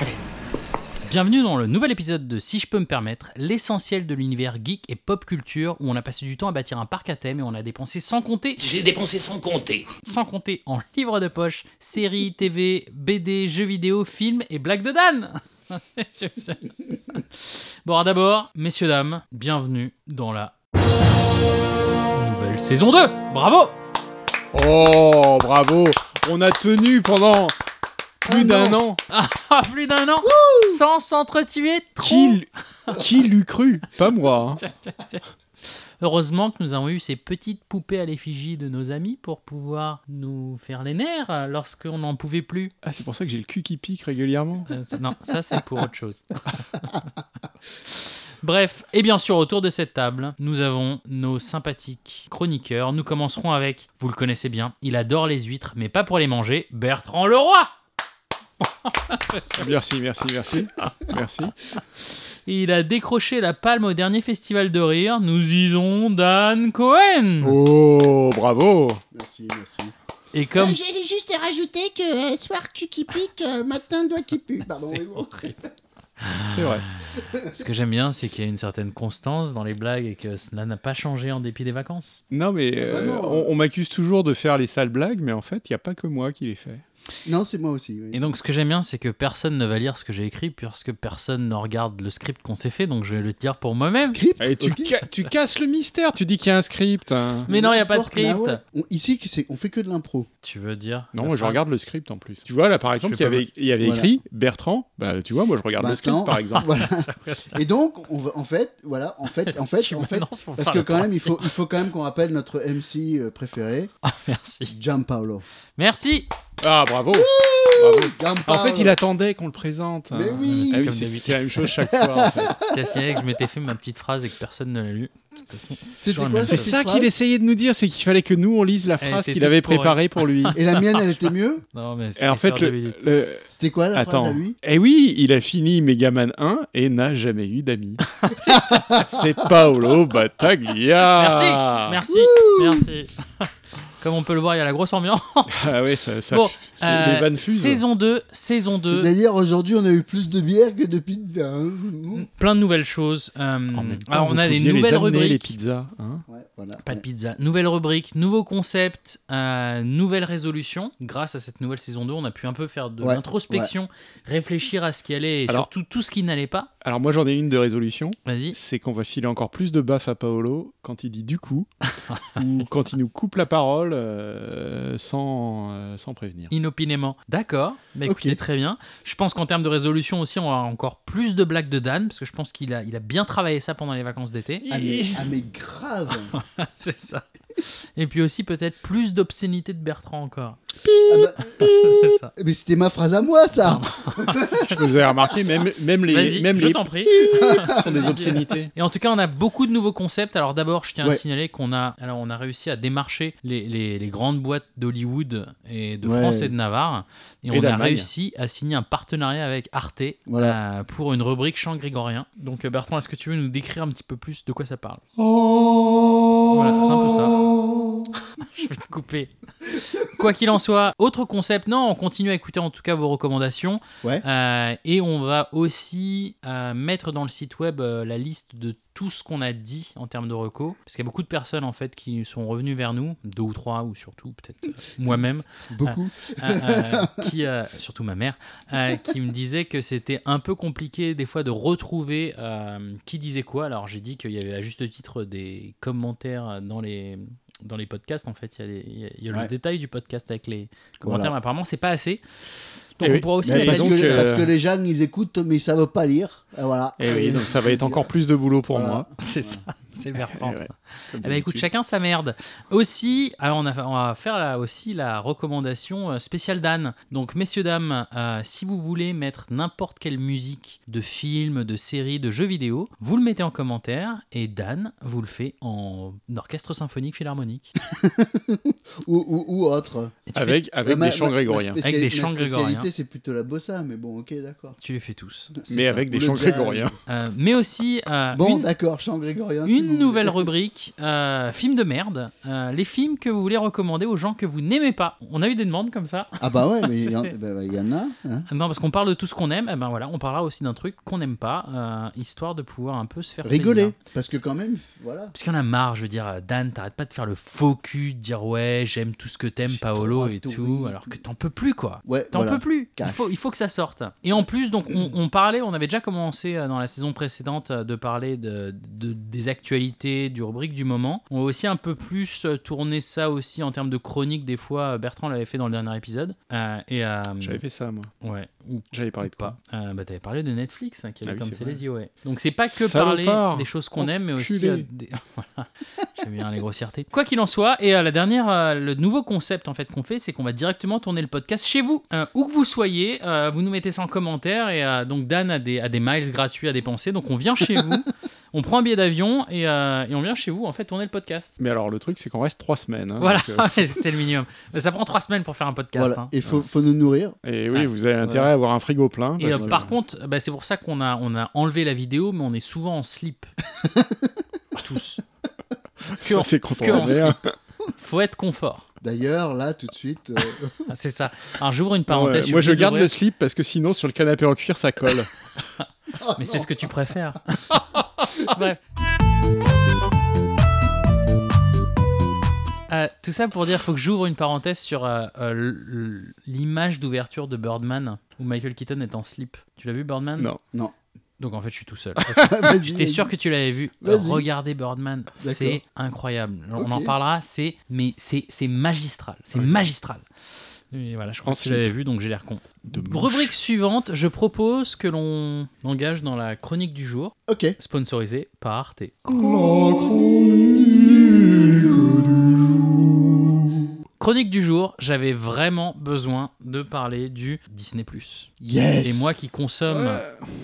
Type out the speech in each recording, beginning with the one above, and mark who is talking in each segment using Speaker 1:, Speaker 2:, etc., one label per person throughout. Speaker 1: Allez.
Speaker 2: Bienvenue dans le nouvel épisode de Si je peux me permettre, l'essentiel de l'univers geek et pop culture où on a passé du temps à bâtir un parc à thème et on a dépensé sans compter,
Speaker 3: J'ai dépensé sans compter.
Speaker 2: sans compter en livres de poche, séries, TV, BD, jeux vidéo, films et blagues de Dan. bon, alors d'abord, messieurs dames, bienvenue dans la nouvelle saison 2. Bravo.
Speaker 4: Oh, bravo On a tenu pendant plus d'un an.
Speaker 2: Ah, plus d'un an sans s'entretuer, trop
Speaker 4: Qui, l- qui l'eût cru Pas moi. hein.
Speaker 2: Heureusement que nous avons eu ces petites poupées à l'effigie de nos amis pour pouvoir nous faire les nerfs lorsqu'on n'en pouvait plus.
Speaker 4: Ah, c'est pour ça que j'ai le cul qui pique régulièrement.
Speaker 2: Euh, ça- non, ça c'est pour autre chose. Bref, et bien sûr, autour de cette table, nous avons nos sympathiques chroniqueurs. Nous commencerons avec, vous le connaissez bien, il adore les huîtres, mais pas pour les manger, Bertrand Leroy
Speaker 4: Merci, merci, merci. Merci.
Speaker 2: Il a décroché la palme au dernier festival de rire, nous disons Dan Cohen
Speaker 4: Oh, bravo
Speaker 5: Merci, merci.
Speaker 2: Et comme...
Speaker 6: Euh, J'allais juste rajouter que euh, soir cul qui pique, euh, matin doigt qui pue. Pardon.
Speaker 2: C'est
Speaker 6: oui, bon.
Speaker 2: horrible.
Speaker 4: C'est vrai.
Speaker 2: Ce que j'aime bien, c'est qu'il y a une certaine constance dans les blagues et que cela n'a pas changé en dépit des vacances.
Speaker 4: Non, mais
Speaker 5: Ah bah
Speaker 4: euh,
Speaker 5: non.
Speaker 4: on, on m'accuse toujours de faire les sales blagues, mais en fait, il n'y a pas que moi qui les fais.
Speaker 5: Non, c'est moi aussi. oui.
Speaker 2: Et donc, ce que j'aime bien, c'est que personne ne va lire ce que j'ai écrit puisque personne ne regarde le script qu'on s'est fait, donc je vais le dire pour moi-même.
Speaker 5: Script
Speaker 4: Allez, tu,
Speaker 5: ok.
Speaker 4: ca- tu casses le mystère, tu dis qu'il y a un script. hein.
Speaker 2: Mais non, il n'y a pas de
Speaker 5: N'importe, bah
Speaker 2: script.
Speaker 5: ouais. On- ici, que c'est- on fait que de l'impro.
Speaker 2: Tu veux dire
Speaker 4: Non,
Speaker 2: la
Speaker 4: moi je
Speaker 2: phrase
Speaker 4: regarde le script en plus. Tu vois, là par exemple, il y
Speaker 2: fais pas
Speaker 4: avait, il y avait
Speaker 5: Voilà.
Speaker 4: écrit Bertrand. Bah, tu vois, moi je regarde le script
Speaker 5: Maintenant,
Speaker 4: par exemple.
Speaker 5: voilà. Et donc, on va- en fait, voilà, en fait, en fait,
Speaker 2: Tu
Speaker 5: en fait,
Speaker 2: m'annonces pour
Speaker 5: parce
Speaker 2: faire
Speaker 5: que
Speaker 2: le
Speaker 5: quand même, il
Speaker 2: principe.
Speaker 5: faut, il faut quand même qu'on rappelle notre MC euh, préféré,
Speaker 2: Ah, merci.
Speaker 5: Gianpaolo.
Speaker 2: Merci
Speaker 4: Ah, bravo, bravo. En
Speaker 5: Gianpaolo.
Speaker 4: fait, il attendait qu'on le présente.
Speaker 5: Mais
Speaker 4: hein.
Speaker 5: oui.
Speaker 4: Ah
Speaker 2: C'est comme
Speaker 4: c'est
Speaker 2: d'habitude.
Speaker 4: c'est la même chose chaque fois. en fait.
Speaker 2: Cassier, que je m'étais fait ma petite phrase et que personne ne l'a lu. De toute façon,
Speaker 5: C'était
Speaker 2: c'est toujours la
Speaker 5: quoi,
Speaker 2: même
Speaker 4: C'est
Speaker 5: cette
Speaker 2: chose.
Speaker 4: ça
Speaker 5: phrase
Speaker 4: qu'il essayait de nous dire, c'est qu'il fallait que nous on lise la
Speaker 2: Elle
Speaker 4: phrase
Speaker 2: était
Speaker 4: qu'il avait
Speaker 2: toute
Speaker 4: préparée pour lui.
Speaker 5: Et la mienne, elle était mieux
Speaker 2: Non, mais
Speaker 4: Et en
Speaker 2: c'était
Speaker 4: fait, le,
Speaker 2: David.
Speaker 4: le-
Speaker 5: C'était quoi la phrase à
Speaker 4: attends.
Speaker 5: lui
Speaker 4: Eh oui, il a fini Megaman 1 et n'a jamais eu d'amis. c'est Paolo Battaglia.
Speaker 2: Merci, merci. Ah. Comme on peut le voir, il y a la grosse ambiance.
Speaker 4: Ah ouais, ça, ça
Speaker 2: Bon,
Speaker 4: les
Speaker 2: Euh,
Speaker 4: vannes fusent.
Speaker 2: saison 2, saison 2.
Speaker 5: C'est-à-dire, aujourd'hui, on a eu plus de bière que de pizza. hein.
Speaker 2: Mm, plein de nouvelles choses. Euh,
Speaker 4: En même temps,
Speaker 2: alors
Speaker 4: Oh, vous
Speaker 2: on a des
Speaker 4: pouviez les
Speaker 2: nouvelles
Speaker 4: amener, les
Speaker 2: rubriques.
Speaker 4: pizzas. hein.
Speaker 5: Ouais, voilà.
Speaker 2: Pas de pizza. Nouvelles rubriques, nouveaux concepts, euh, nouvelles résolutions. Grâce à cette nouvelle saison 2, on a pu un peu faire de
Speaker 5: Ouais,
Speaker 2: l'introspection, réfléchir à ce qui allait et
Speaker 4: Alors-
Speaker 2: surtout tout ce qui n'allait pas.
Speaker 4: Alors moi j'en ai une de résolution,
Speaker 2: Vas-y.
Speaker 4: c'est qu'on va filer encore plus de baffes à Paolo quand il dit du coup ou quand il nous coupe la parole euh, sans, euh, sans prévenir.
Speaker 2: Inopinément. D'accord. Bah, écoutez,
Speaker 5: Ok.
Speaker 2: très bien. Je pense qu'en termes de résolution aussi, on aura encore plus de blagues de Dan, parce que je pense qu'il a, il a bien travaillé ça pendant les vacances d'été.
Speaker 5: Ah, mais, ah, mais grave
Speaker 2: C'est ça. Et puis aussi peut-être plus d'obscénité de Bertrand encore.
Speaker 5: Ah bah,
Speaker 2: C'est ça.
Speaker 5: Mais c'était ma phrase à moi, ça
Speaker 2: Ah,
Speaker 4: Je vous ai remarqué, même, même les,
Speaker 2: Vas-y,
Speaker 4: même
Speaker 2: je
Speaker 4: les
Speaker 2: t'en prie.
Speaker 4: sont des obscénités.
Speaker 2: Et en tout cas, on a beaucoup de nouveaux concepts. Alors d'abord, je tiens à
Speaker 5: Ouais.
Speaker 2: signaler qu'on a, alors on a réussi à démarcher les, les- les grandes boîtes d'Hollywood et de
Speaker 5: Ouais.
Speaker 2: France et de Navarre, et, on a
Speaker 4: d'Allemagne.
Speaker 2: réussi à signer un partenariat avec Arte
Speaker 5: Voilà.
Speaker 2: euh, pour une rubrique chant grégorien. Donc euh, Bertrand, est-ce que tu veux nous décrire un petit peu plus de quoi ça parle
Speaker 4: Oh.
Speaker 2: Voilà, c'est un peu ça. je vais te couper. Quoi qu'il en soit, autre concept, non, on continue à écouter en tout cas vos recommandations.
Speaker 5: Ouais.
Speaker 2: Euh, et on va aussi euh, mettre dans le site web euh, la liste de tout ce qu'on a dit en termes de recos. Parce qu'il y a beaucoup de personnes en fait qui sont revenues vers nous, deux ou trois, ou surtout peut-être euh, moi-même,
Speaker 5: Beaucoup.
Speaker 2: euh, euh, qui, euh, surtout ma mère, euh, qui me disait que c'était un peu compliqué des fois de retrouver euh, qui disait quoi. Alors j'ai dit qu'il y avait à juste titre des commentaires dans les dans les podcasts en fait il y a, les- il y a- il y a le
Speaker 5: Ouais.
Speaker 2: détail du podcast avec les commentaires
Speaker 5: Voilà.
Speaker 2: mais apparemment c'est pas assez donc
Speaker 4: Eh
Speaker 2: on
Speaker 4: oui.
Speaker 2: pourra aussi
Speaker 5: Mais
Speaker 2: mettre la
Speaker 5: parce,
Speaker 4: donc,
Speaker 5: que,
Speaker 2: liste.
Speaker 4: euh,
Speaker 5: parce que les gens, ils écoutent, mais ils savent pas lire. Et voilà.
Speaker 2: Eh
Speaker 4: Et oui, donc ça va être encore plus de boulot pour
Speaker 5: Voilà.
Speaker 4: moi.
Speaker 2: c'est ça C'est Bertrand.
Speaker 4: Eh ouais, comme
Speaker 2: Eh ben, écoute,
Speaker 4: d'habitude.
Speaker 2: chacun sa merde. Aussi, alors on, a- on va faire là aussi la recommandation euh, spéciale d'Anne. Donc, messieurs, dames, euh, si vous voulez mettre n'importe quelle musique de film, de série, de jeux vidéo, vous le mettez en commentaire et Dan vous le fait en orchestre symphonique philharmonique.
Speaker 5: ou, ou- ou autre.
Speaker 2: Et tu,
Speaker 4: Avec, avec
Speaker 5: Ma-
Speaker 4: des chants
Speaker 5: ma- ma
Speaker 4: grégoriens.
Speaker 5: spéciali-
Speaker 2: Avec des
Speaker 5: ma
Speaker 2: chants grégoriens.
Speaker 5: spécialité, c'est plutôt la bossa, mais bon, ok, d'accord.
Speaker 2: fais- tu les fais tous.
Speaker 5: C'est
Speaker 4: Mais
Speaker 5: ça.
Speaker 4: avec
Speaker 5: Ou
Speaker 4: des
Speaker 5: le
Speaker 4: chants
Speaker 5: jazz.
Speaker 4: grégoriens.
Speaker 2: Euh, mais aussi, euh,
Speaker 5: Bon,
Speaker 2: une-
Speaker 5: d'accord, chant grégorien. si vous
Speaker 2: Une nouvelle
Speaker 5: voulez.
Speaker 2: rubrique, euh, films de merde. Euh, les films que vous voulez recommander aux gens que vous n'aimez pas. On a eu des demandes comme ça.
Speaker 5: Ah bah ouais, mais il y en, bah, bah, il y en a. hein.
Speaker 2: Ah Non, parce qu'on parle de tout ce qu'on aime. Eh ben voilà, on parlera aussi d'un truc qu'on n'aime pas, euh, histoire de pouvoir un peu se faire
Speaker 5: Rigoler,
Speaker 2: plaisir.
Speaker 5: parce que quand même, voilà.
Speaker 2: Parce qu'il y en a marre, je veux dire, euh, Dan, t'arrêtes pas de faire le faux cul, de dire ouais, j'aime tout ce que t'aimes,
Speaker 5: J'ai
Speaker 2: Paolo
Speaker 5: trop
Speaker 2: et
Speaker 5: adoré.
Speaker 2: tout, alors que t'en peux plus quoi.
Speaker 5: Ouais,
Speaker 2: T'en
Speaker 5: voilà.
Speaker 2: peux plus. Il
Speaker 5: Cash.
Speaker 2: faut, il faut que ça sorte. Et en plus, donc, on, on parlait, on avait déjà commencé euh, dans la saison précédente euh, de parler de, de- des actualités, du rubrique du moment. On va aussi un peu plus euh, tourner ça aussi en termes de chronique. Des fois, euh, Bertrand l'avait fait dans le dernier épisode. Euh, et euh,
Speaker 4: J'avais fait ça, moi.
Speaker 2: ouais, ou
Speaker 4: J'avais parlé de quoi
Speaker 2: pas. Euh, bah, t'avais parlé de Netflix, hein, qui avait
Speaker 4: Ah oui,
Speaker 2: comme
Speaker 4: c'est vrai.
Speaker 2: Célésio, ouais. Donc c'est pas que
Speaker 4: Salopard,
Speaker 2: parler des choses qu'on aime, mais aussi.
Speaker 4: enculé.
Speaker 2: euh, des- Voilà. J'aime bien les grossièretés. Quoi qu'il en soit, et euh, la dernière, euh, le nouveau concept en fait qu'on fait, c'est qu'on va directement tourner le podcast chez vous, Euh, où que vous soyez. euh, vous nous mettez ça en commentaire et euh, donc Dan a des, a des miles gratuits à dépenser, donc on vient chez vous. On prend un billet d'avion et, euh, et on vient chez vous en fait tourner le podcast.
Speaker 4: Mais alors, le truc, c'est qu'on reste trois semaines. hein,
Speaker 2: Voilà,
Speaker 4: donc, euh,
Speaker 2: c'est le minimum. Mais ça prend trois semaines pour faire un podcast.
Speaker 5: Voilà.
Speaker 2: hein.
Speaker 5: Et faut, faut nous nourrir.
Speaker 4: euh, et oui,
Speaker 2: Ah.
Speaker 4: vous avez intérêt à avoir un frigo plein.
Speaker 2: Et euh,
Speaker 4: parce que-
Speaker 2: par contre, bah, c'est pour ça qu'on a, on a enlevé la vidéo, mais on est souvent en slip. Tous. que en-
Speaker 4: ça, c'est
Speaker 2: que en
Speaker 4: contemporain.
Speaker 2: Faut être confort.
Speaker 5: D'ailleurs, là, tout de suite, euh,
Speaker 2: Ah, C'est ça. Alors j'ouvre une
Speaker 4: Non,
Speaker 2: parenthèse.
Speaker 4: euh, moi,
Speaker 2: suis
Speaker 4: je
Speaker 2: obligé de
Speaker 4: garde le
Speaker 2: l'ouvrir,
Speaker 4: slip parce que sinon, sur le canapé en cuir, ça colle.
Speaker 2: Mais c'est ce que tu préfères. Bref. Euh, tout ça pour dire, faut que j'ouvre une parenthèse sur euh, euh, l- l'image d'ouverture de Birdman où Michael Keaton est en slip. Tu l'as vu Birdman
Speaker 4: Non.
Speaker 5: Non.
Speaker 2: Donc en fait, je suis tout seul.
Speaker 5: vas-y,
Speaker 2: J'étais sûr
Speaker 5: vas-y.
Speaker 2: que tu l'avais vu.
Speaker 5: Vas-y.
Speaker 2: Regardez Birdman,
Speaker 5: D'accord.
Speaker 2: c'est incroyable. On en
Speaker 5: Ok.
Speaker 2: parlera, c'est mais c'est c'est magistral, c'est
Speaker 4: Ouais.
Speaker 2: magistral. Et voilà, je crois
Speaker 4: En
Speaker 2: que tu l'avais
Speaker 4: Suisse.
Speaker 2: vu, donc j'ai l'air con.
Speaker 4: De mouche.
Speaker 2: Rubrique suivante, je propose que l'on engage dans la chronique du jour,
Speaker 5: Ok.
Speaker 2: sponsorisée par T. Chronique du jour, j'avais vraiment besoin de parler du Disney+.
Speaker 5: Yes.
Speaker 2: Et moi qui consomme...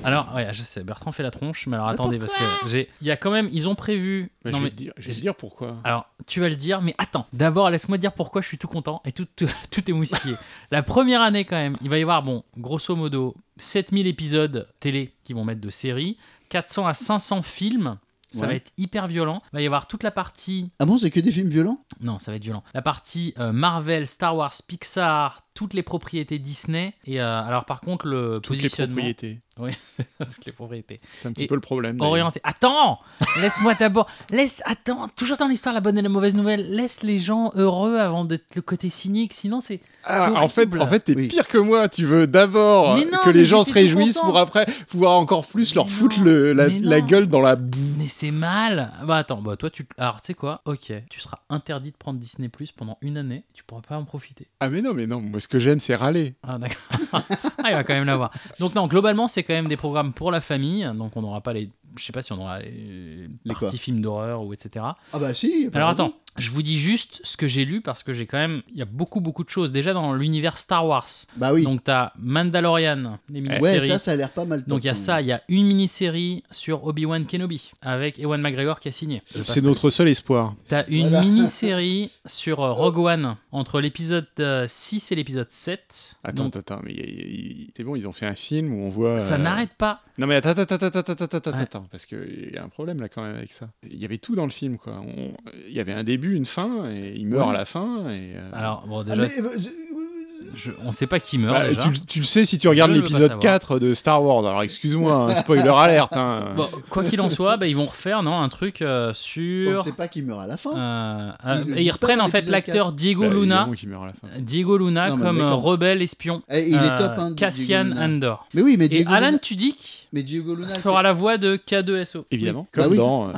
Speaker 2: Alors, ouais, je sais, Bertrand fait la tronche, mais alors attendez, parce que j'ai... Il y a quand même... Ils ont prévu...
Speaker 4: Mais
Speaker 2: Non,
Speaker 4: je,
Speaker 2: mais-
Speaker 4: vais te dire, je vais te dire pourquoi.
Speaker 2: Alors, tu vas le dire, mais attends. D'abord, laisse-moi dire pourquoi je suis tout content et tout, tout, tout est moustillé. La première année, quand même, il va y avoir, bon, grosso modo, 7000 épisodes télé qui vont mettre de séries, 400 à 500 films. Ça
Speaker 5: Ouais.
Speaker 2: va être hyper violent. Il va y avoir toute la partie.
Speaker 5: Ah bon, c'est que des films violents
Speaker 2: Non, ça va être violent. La partie euh, Marvel, Star Wars, Pixar, toutes les propriétés Disney. Et euh, alors, par contre, le
Speaker 4: Toutes les
Speaker 2: positionnement.
Speaker 4: propriétés.
Speaker 2: toutes les propriétés.
Speaker 4: C'est un petit
Speaker 2: Et
Speaker 4: peu le problème. d'ailleurs.
Speaker 2: Orienté. Attends Laisse-moi d'abord. Laisse. Attends. Toujours dans l'histoire, la bonne et la mauvaise nouvelle. Laisse les gens heureux avant d'être le côté cynique. Sinon, c'est.
Speaker 4: Ah,
Speaker 2: c'est
Speaker 4: en fait,
Speaker 2: horrible.
Speaker 4: en fait, t'es
Speaker 5: Oui.
Speaker 4: pire que moi. Tu veux d'abord
Speaker 2: Mais non,
Speaker 4: que
Speaker 2: mais
Speaker 4: les gens se
Speaker 2: j'étais tout
Speaker 4: réjouissent
Speaker 2: content.
Speaker 4: pour après pouvoir encore plus leur
Speaker 2: Mais
Speaker 4: foutre
Speaker 2: non,
Speaker 4: le- la,
Speaker 2: mais
Speaker 4: la
Speaker 2: non.
Speaker 4: gueule dans la boue.
Speaker 2: Mais c'est mal. Bah attends. Bah toi, tu. Alors, tu sais quoi Ok. Tu seras interdit de prendre Disney Plus pendant une année. Tu pourras pas en profiter.
Speaker 4: Ah mais non, mais non. Moi, ce que j'aime, c'est râler.
Speaker 2: Ah d'accord. ah, il va quand même l'avoir. Donc non, globalement, c'est quand même des programmes pour la famille. Donc on n'aura pas les. Je sais pas si on aura les,
Speaker 5: Les quoi
Speaker 2: parties films d'horreur ou etc.
Speaker 5: Ah bah si. y a pas
Speaker 2: Alors
Speaker 5: raison.
Speaker 2: attends, je vous dis juste ce que j'ai lu parce que j'ai quand même, il y a beaucoup beaucoup de choses déjà dans l'univers Star Wars.
Speaker 5: Bah oui.
Speaker 2: Donc t'as Mandalorian, les
Speaker 5: ouais,
Speaker 2: mini-séries.
Speaker 5: ça, ça a l'air pas mal.
Speaker 2: donc il y a
Speaker 5: tentant.
Speaker 2: ça, il y a une mini-série sur Obi-Wan Kenobi avec Ewan McGregor qui a signé. Je passe-
Speaker 4: C'est notre seul espoir.
Speaker 2: T'as une
Speaker 5: Voilà.
Speaker 2: mini-série sur euh, Rogue One entre l'épisode euh, 6 et l'épisode 7.
Speaker 4: Attends,
Speaker 2: Donc,
Speaker 4: attends, mais y a- y- y- c'est bon, ils ont fait un film où on voit.
Speaker 2: ça
Speaker 4: euh,
Speaker 2: n'arrête pas.
Speaker 4: Non mais attends, attends, attends, attends, attends, attends,
Speaker 2: Ouais.
Speaker 4: attends, parce qu'il y a un problème là quand même avec ça. Il y avait tout dans le film quoi. On- Il y avait un début, une fin, et il meurt
Speaker 2: Ouais.
Speaker 4: à la fin. Et, euh,
Speaker 2: Alors bon
Speaker 5: Ah,
Speaker 2: déjà,
Speaker 5: mais, euh, je-
Speaker 2: je- on sait pas qui meurt
Speaker 4: bah,
Speaker 2: déjà.
Speaker 4: tu, le- tu le sais si tu regardes
Speaker 2: Je ne veux pas
Speaker 4: l'épisode
Speaker 2: savoir.
Speaker 4: 4 de Star Wars. Alors excuse-moi, hein, spoiler alerte. Hein.
Speaker 2: Bon, quoi qu'il en soit, bah, ils vont refaire non un truc euh,
Speaker 5: On
Speaker 2: sur.
Speaker 5: sait pas qui meurt à la fin.
Speaker 2: Euh,
Speaker 5: Ils le
Speaker 2: euh, et ils
Speaker 5: disent pas
Speaker 2: reprennent
Speaker 5: dans
Speaker 2: en fait
Speaker 5: l'épisode
Speaker 2: l'acteur Diego
Speaker 4: Bah,
Speaker 2: Luna, Euh,
Speaker 4: évidemment qu'il meurt à la fin.
Speaker 2: Diego Luna
Speaker 5: Non, mais
Speaker 2: comme euh,
Speaker 5: d'accord.
Speaker 2: rebelle espion.
Speaker 5: Eh, il
Speaker 2: Euh,
Speaker 5: est top. Hein,
Speaker 2: Cassian
Speaker 5: Diego Luna.
Speaker 2: Andor.
Speaker 5: Mais oui, mais
Speaker 2: Et
Speaker 5: Diego
Speaker 2: Alan
Speaker 5: Luna-
Speaker 2: Tudyk
Speaker 5: Mais Diego Luna.
Speaker 2: fera la voix de K2SO.
Speaker 4: Évidemment,
Speaker 5: Bah
Speaker 4: comme
Speaker 5: oui.
Speaker 4: dans euh,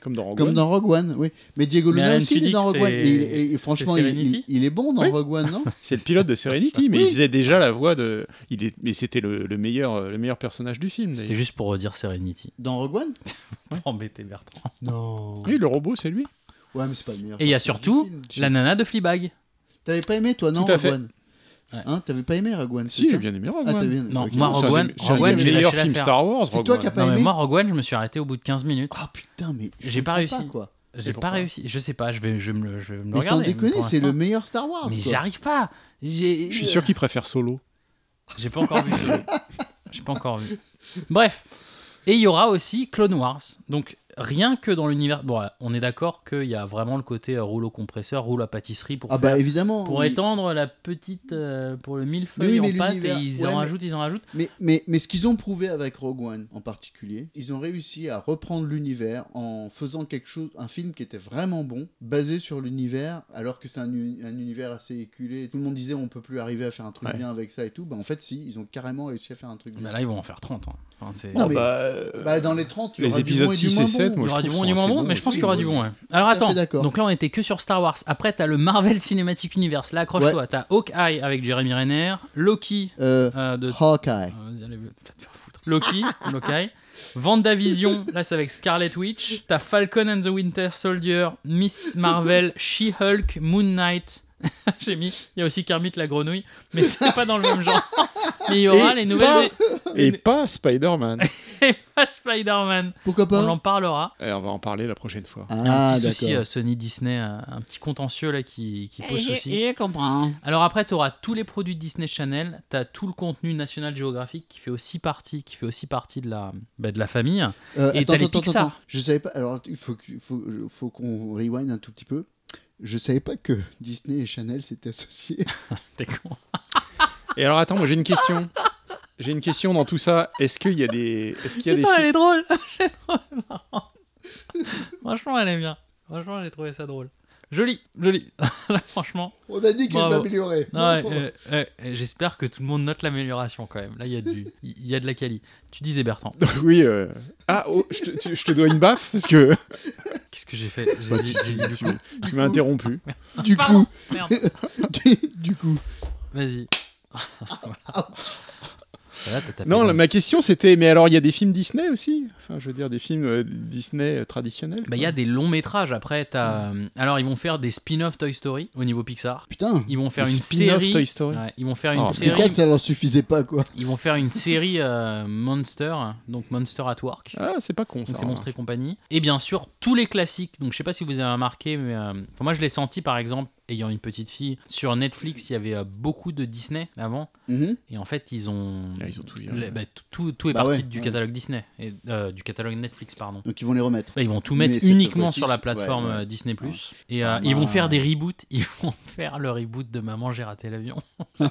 Speaker 4: Comme dans Rogue
Speaker 5: Comme
Speaker 4: One.
Speaker 5: dans Rogue One, oui. Mais Diego
Speaker 2: Mais
Speaker 5: Luna
Speaker 2: Alan
Speaker 5: aussi, il est
Speaker 2: Tudyk,
Speaker 5: dans Rogue One.
Speaker 2: c'est-
Speaker 5: Et, il- et- et
Speaker 2: c'est
Speaker 5: franchement, il,
Speaker 2: Serenity
Speaker 5: il- il est bon dans
Speaker 4: Oui.
Speaker 5: Rogue One, non
Speaker 4: C'est le pilote de Serenity, mais
Speaker 5: Oui.
Speaker 4: il faisait déjà la voix de. Il est... Mais c'était le, le meilleur, euh, le meilleur personnage du film.
Speaker 2: C'était
Speaker 4: d'ailleurs.
Speaker 2: juste pour redire Serenity.
Speaker 5: Dans Rogue One
Speaker 2: Pour embêter Oh, Bertrand.
Speaker 5: Non.
Speaker 4: Oui, le robot, c'est lui.
Speaker 5: Ouais, mais c'est pas le meilleur.
Speaker 2: Et il y a
Speaker 5: personnage du
Speaker 2: surtout
Speaker 5: film.
Speaker 2: la nana de Fleabag.
Speaker 5: T'avais pas aimé, toi, non
Speaker 4: Tout à
Speaker 5: Rogue
Speaker 4: fait.
Speaker 5: One
Speaker 2: Ouais.
Speaker 5: Hein, T'avais pas aimé Rogue One
Speaker 4: Si,
Speaker 5: c'est
Speaker 4: j'ai
Speaker 5: ça
Speaker 4: bien aimé Rogue
Speaker 5: Ah, t'as
Speaker 4: One.
Speaker 5: bien
Speaker 2: Non,
Speaker 5: ok.
Speaker 2: moi,
Speaker 4: C'est
Speaker 2: Rogue
Speaker 4: un
Speaker 2: One-
Speaker 4: des- c'est
Speaker 5: Rogue
Speaker 4: un
Speaker 5: One,
Speaker 4: des
Speaker 5: j'ai
Speaker 4: meilleurs
Speaker 2: lâché
Speaker 4: films
Speaker 2: l'affaire.
Speaker 4: Star Wars.
Speaker 5: C'est
Speaker 4: Rogue
Speaker 5: toi
Speaker 4: One.
Speaker 5: qui as pas
Speaker 2: Non, mais
Speaker 5: aimé
Speaker 2: moi, Rogue One, je me suis arrêté au bout de 15 minutes.
Speaker 5: Ah putain, mais. je
Speaker 2: J'ai pas
Speaker 5: comprends
Speaker 2: réussi.
Speaker 5: quoi.
Speaker 2: J'ai
Speaker 4: pourquoi
Speaker 2: pas réussi. Je sais pas, je vais, je vais me le, je vais me le
Speaker 5: Mais sans
Speaker 2: regarder. mais
Speaker 5: déconner,
Speaker 2: pour
Speaker 5: c'est le
Speaker 2: l'instant-
Speaker 5: meilleur Star Wars.
Speaker 2: Mais
Speaker 5: quoi.
Speaker 2: j'arrive pas. J'ai-
Speaker 4: Je suis
Speaker 5: euh,
Speaker 4: sûr qu'il préfère Solo.
Speaker 2: J'ai pas encore vu. ce jeu. J'ai pas encore vu. Bref. Et il y aura aussi Clone Wars. Donc rien que dans l'univers. Bon, on est d'accord qu'il y a vraiment le côté euh, rouleau compresseur, rouleau à pâtisserie pour,
Speaker 5: Ah
Speaker 2: faire-
Speaker 5: bah évidemment.
Speaker 2: pour
Speaker 5: oui.
Speaker 2: étendre la petite. euh, pour le
Speaker 5: Mais
Speaker 2: millefeuille
Speaker 5: oui, mais
Speaker 2: en pâte et
Speaker 5: l'univers-
Speaker 2: ils
Speaker 5: ouais,
Speaker 2: en
Speaker 5: mais-
Speaker 2: rajoutent, ils en rajoutent.
Speaker 5: Mais, mais, mais ce qu'ils ont prouvé avec Rogue One en particulier, ils ont réussi à reprendre l'univers en faisant quelque chose, un film qui était vraiment bon, basé sur l'univers, alors que c'est un, uni- un univers assez éculé. Tout le monde disait on peut plus arriver à faire un truc
Speaker 4: Ouais.
Speaker 5: bien avec ça et tout. Bah, en fait, si, ils ont carrément réussi à faire un truc bien.
Speaker 2: Mais là, ils vont en faire 30. hein. Enfin, c'est-
Speaker 5: Non, mais-
Speaker 4: Bah, euh,
Speaker 5: Bah, dans les 30, il y
Speaker 4: les
Speaker 5: aura du
Speaker 4: épisodes
Speaker 5: bon et du
Speaker 4: 6
Speaker 5: moins
Speaker 4: et 7,
Speaker 5: bon.
Speaker 4: moi
Speaker 2: il y aura
Speaker 4: je
Speaker 2: du bon,
Speaker 4: trouve ça
Speaker 2: du moins
Speaker 4: assez
Speaker 2: bon,
Speaker 4: bon
Speaker 2: mais je pense
Speaker 4: aussi.
Speaker 2: qu'il y aura du
Speaker 5: Oui,
Speaker 2: bon. ouais. Alors
Speaker 5: Tout à fait
Speaker 2: attends,
Speaker 5: d'accord.
Speaker 2: donc là on était que sur Star Wars. Après t'as le Marvel Cinematic Universe. Là accroche-toi, t'as Hawkeye avec Jeremy Renner, Loki
Speaker 5: Euh,
Speaker 2: euh, de
Speaker 5: Hawkeye.
Speaker 2: Euh, vas-y, allez, va te faire foutre. Loki, Loki. Vendavision, là c'est avec Scarlet Witch. T'as Falcon and the Winter Soldier, Miss Marvel, She-Hulk, Moon Knight. J'ai mis, il y a aussi Kermit la grenouille, mais c'est pas dans le même genre. Mais il y aura
Speaker 4: Et
Speaker 2: les nouvelles.
Speaker 4: Et pas Spider-Man.
Speaker 2: Et pas Spider-Man.
Speaker 5: Pourquoi
Speaker 2: On
Speaker 5: pas
Speaker 2: en parlera.
Speaker 4: Eh, on va en parler la prochaine fois.
Speaker 2: Il y a un
Speaker 5: Ah,
Speaker 2: petit souci
Speaker 5: d'accord.
Speaker 2: euh, Sony Disney, euh, un petit contentieux là qui, qui pose souci.
Speaker 6: comprends.
Speaker 2: Alors après, tu auras tous les produits de Disney Channel, tu as tout le contenu National Geographic qui fait aussi partie, qui fait aussi partie de, la, bah, de la famille.
Speaker 5: Euh,
Speaker 2: Et
Speaker 5: attends,
Speaker 2: t'as les
Speaker 5: attends, attends,
Speaker 2: Pixar.
Speaker 5: attends. Je savais pas. Alors, il faut, que- faut, faut qu'on rewind un tout petit peu. Je savais pas que Disney et Chanel s'étaient associés.
Speaker 2: T'es con.
Speaker 4: Et alors attends, moi j'ai une question. J'ai une question dans tout ça. Est-ce qu'il y a des, est-ce qu'il y a des
Speaker 2: Putain, elle
Speaker 4: films-
Speaker 2: est drôle. Elle est drôle, marrant. Franchement, elle est bien. Franchement, j'ai trouvé ça drôle. Joli, joli. Là, franchement.
Speaker 5: On a dit que
Speaker 2: Bravo.
Speaker 5: je m'améliorais.
Speaker 2: Non, ouais, euh, euh, euh, J'espère que tout le monde note l'amélioration quand même. Là, il y, a du- il y a de la quali. Tu disais, Bertrand,
Speaker 4: Oui. euh, Ah, oh, je, te, tu- je te dois une baffe parce que
Speaker 2: qu'est-ce que j'ai fait J'ai dit, j'ai dit du
Speaker 4: tu,
Speaker 2: coup.
Speaker 4: tu m'as interrompu.
Speaker 5: Du
Speaker 2: Pardon.
Speaker 5: coup,
Speaker 2: Merde.
Speaker 5: du, du coup.
Speaker 2: Vas-y. Voilà. Voilà, t'as tapé
Speaker 4: Non,
Speaker 2: dans-
Speaker 4: la- ma question c'était, mais alors il y a des films Disney aussi Enfin, je veux dire des films euh, Disney euh, traditionnels.
Speaker 2: Bah, il y a des longs métrages après. t'as- euh, Alors, ils vont faire des spin-off Toy Story au niveau Pixar.
Speaker 5: Putain.
Speaker 2: Ils vont faire
Speaker 4: Des
Speaker 2: une
Speaker 4: spin-off
Speaker 2: série.
Speaker 4: Toy Story.
Speaker 2: Ouais, ils vont faire une
Speaker 4: Oh,
Speaker 5: Les
Speaker 2: série.
Speaker 5: quatre, ça leur suffisait pas, quoi.
Speaker 2: Ils vont faire une série euh, Monster, donc Monster at Work.
Speaker 4: Ah, c'est pas con ça.
Speaker 2: Donc c'est Monstre et compagnie. Et bien sûr, tous les classiques. Donc je sais pas si vous avez remarqué, mais euh, enfin, moi je l'ai senti par exemple, ayant une petite fille, sur Netflix, il y avait euh, beaucoup de Disney avant.
Speaker 4: Mhm.
Speaker 2: Et en fait, ils ont.
Speaker 4: Ah, ils ont tout viré.
Speaker 2: le- bah, tout, tout- tout est
Speaker 5: Bah
Speaker 2: parti
Speaker 5: ouais,
Speaker 2: du
Speaker 5: ouais.
Speaker 2: catalogue Disney. Et, euh, du catalogue Netflix, pardon.
Speaker 5: Donc ils vont les remettre.
Speaker 2: Bah, ils vont tout
Speaker 5: Mais
Speaker 2: mettre
Speaker 5: cette
Speaker 2: uniquement
Speaker 5: fois-ci,
Speaker 2: sur la
Speaker 5: c'est-
Speaker 2: plateforme
Speaker 5: ouais, ouais.
Speaker 2: euh, Disney+. Et
Speaker 5: Ah,
Speaker 2: euh, ils vont
Speaker 5: non.
Speaker 2: faire des reboots. Ils vont faire le reboot de Maman, j'ai raté l'avion.
Speaker 5: Oh,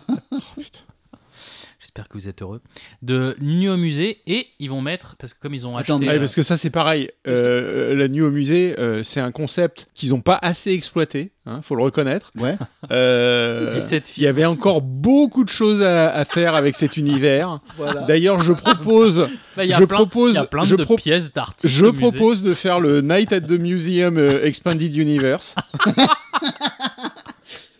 Speaker 2: J'espère que vous êtes heureux. De Nuit au musée. Et ils vont mettre, parce que comme ils ont
Speaker 5: Attends,
Speaker 2: acheté...
Speaker 4: Ouais,
Speaker 5: Et,
Speaker 4: Ah parce que ça c'est pareil. Euh, La nuit au musée, euh, c'est un concept qu'ils ont pas assez exploité. Hein, faut le reconnaître.
Speaker 5: Ouais.
Speaker 4: Euh,
Speaker 2: 17
Speaker 4: Il y
Speaker 2: filles.
Speaker 4: avait encore beaucoup de choses à, à faire avec cet univers.
Speaker 5: Voilà.
Speaker 4: D'ailleurs, je propose,
Speaker 2: Bah, il y a
Speaker 4: je
Speaker 2: plein,
Speaker 4: propose-
Speaker 2: il y a plein
Speaker 4: je
Speaker 2: de
Speaker 4: pro-
Speaker 2: pièces d'artistes
Speaker 4: je
Speaker 2: au musée.
Speaker 4: propose de faire le Night at the Museum euh, Expanded Universe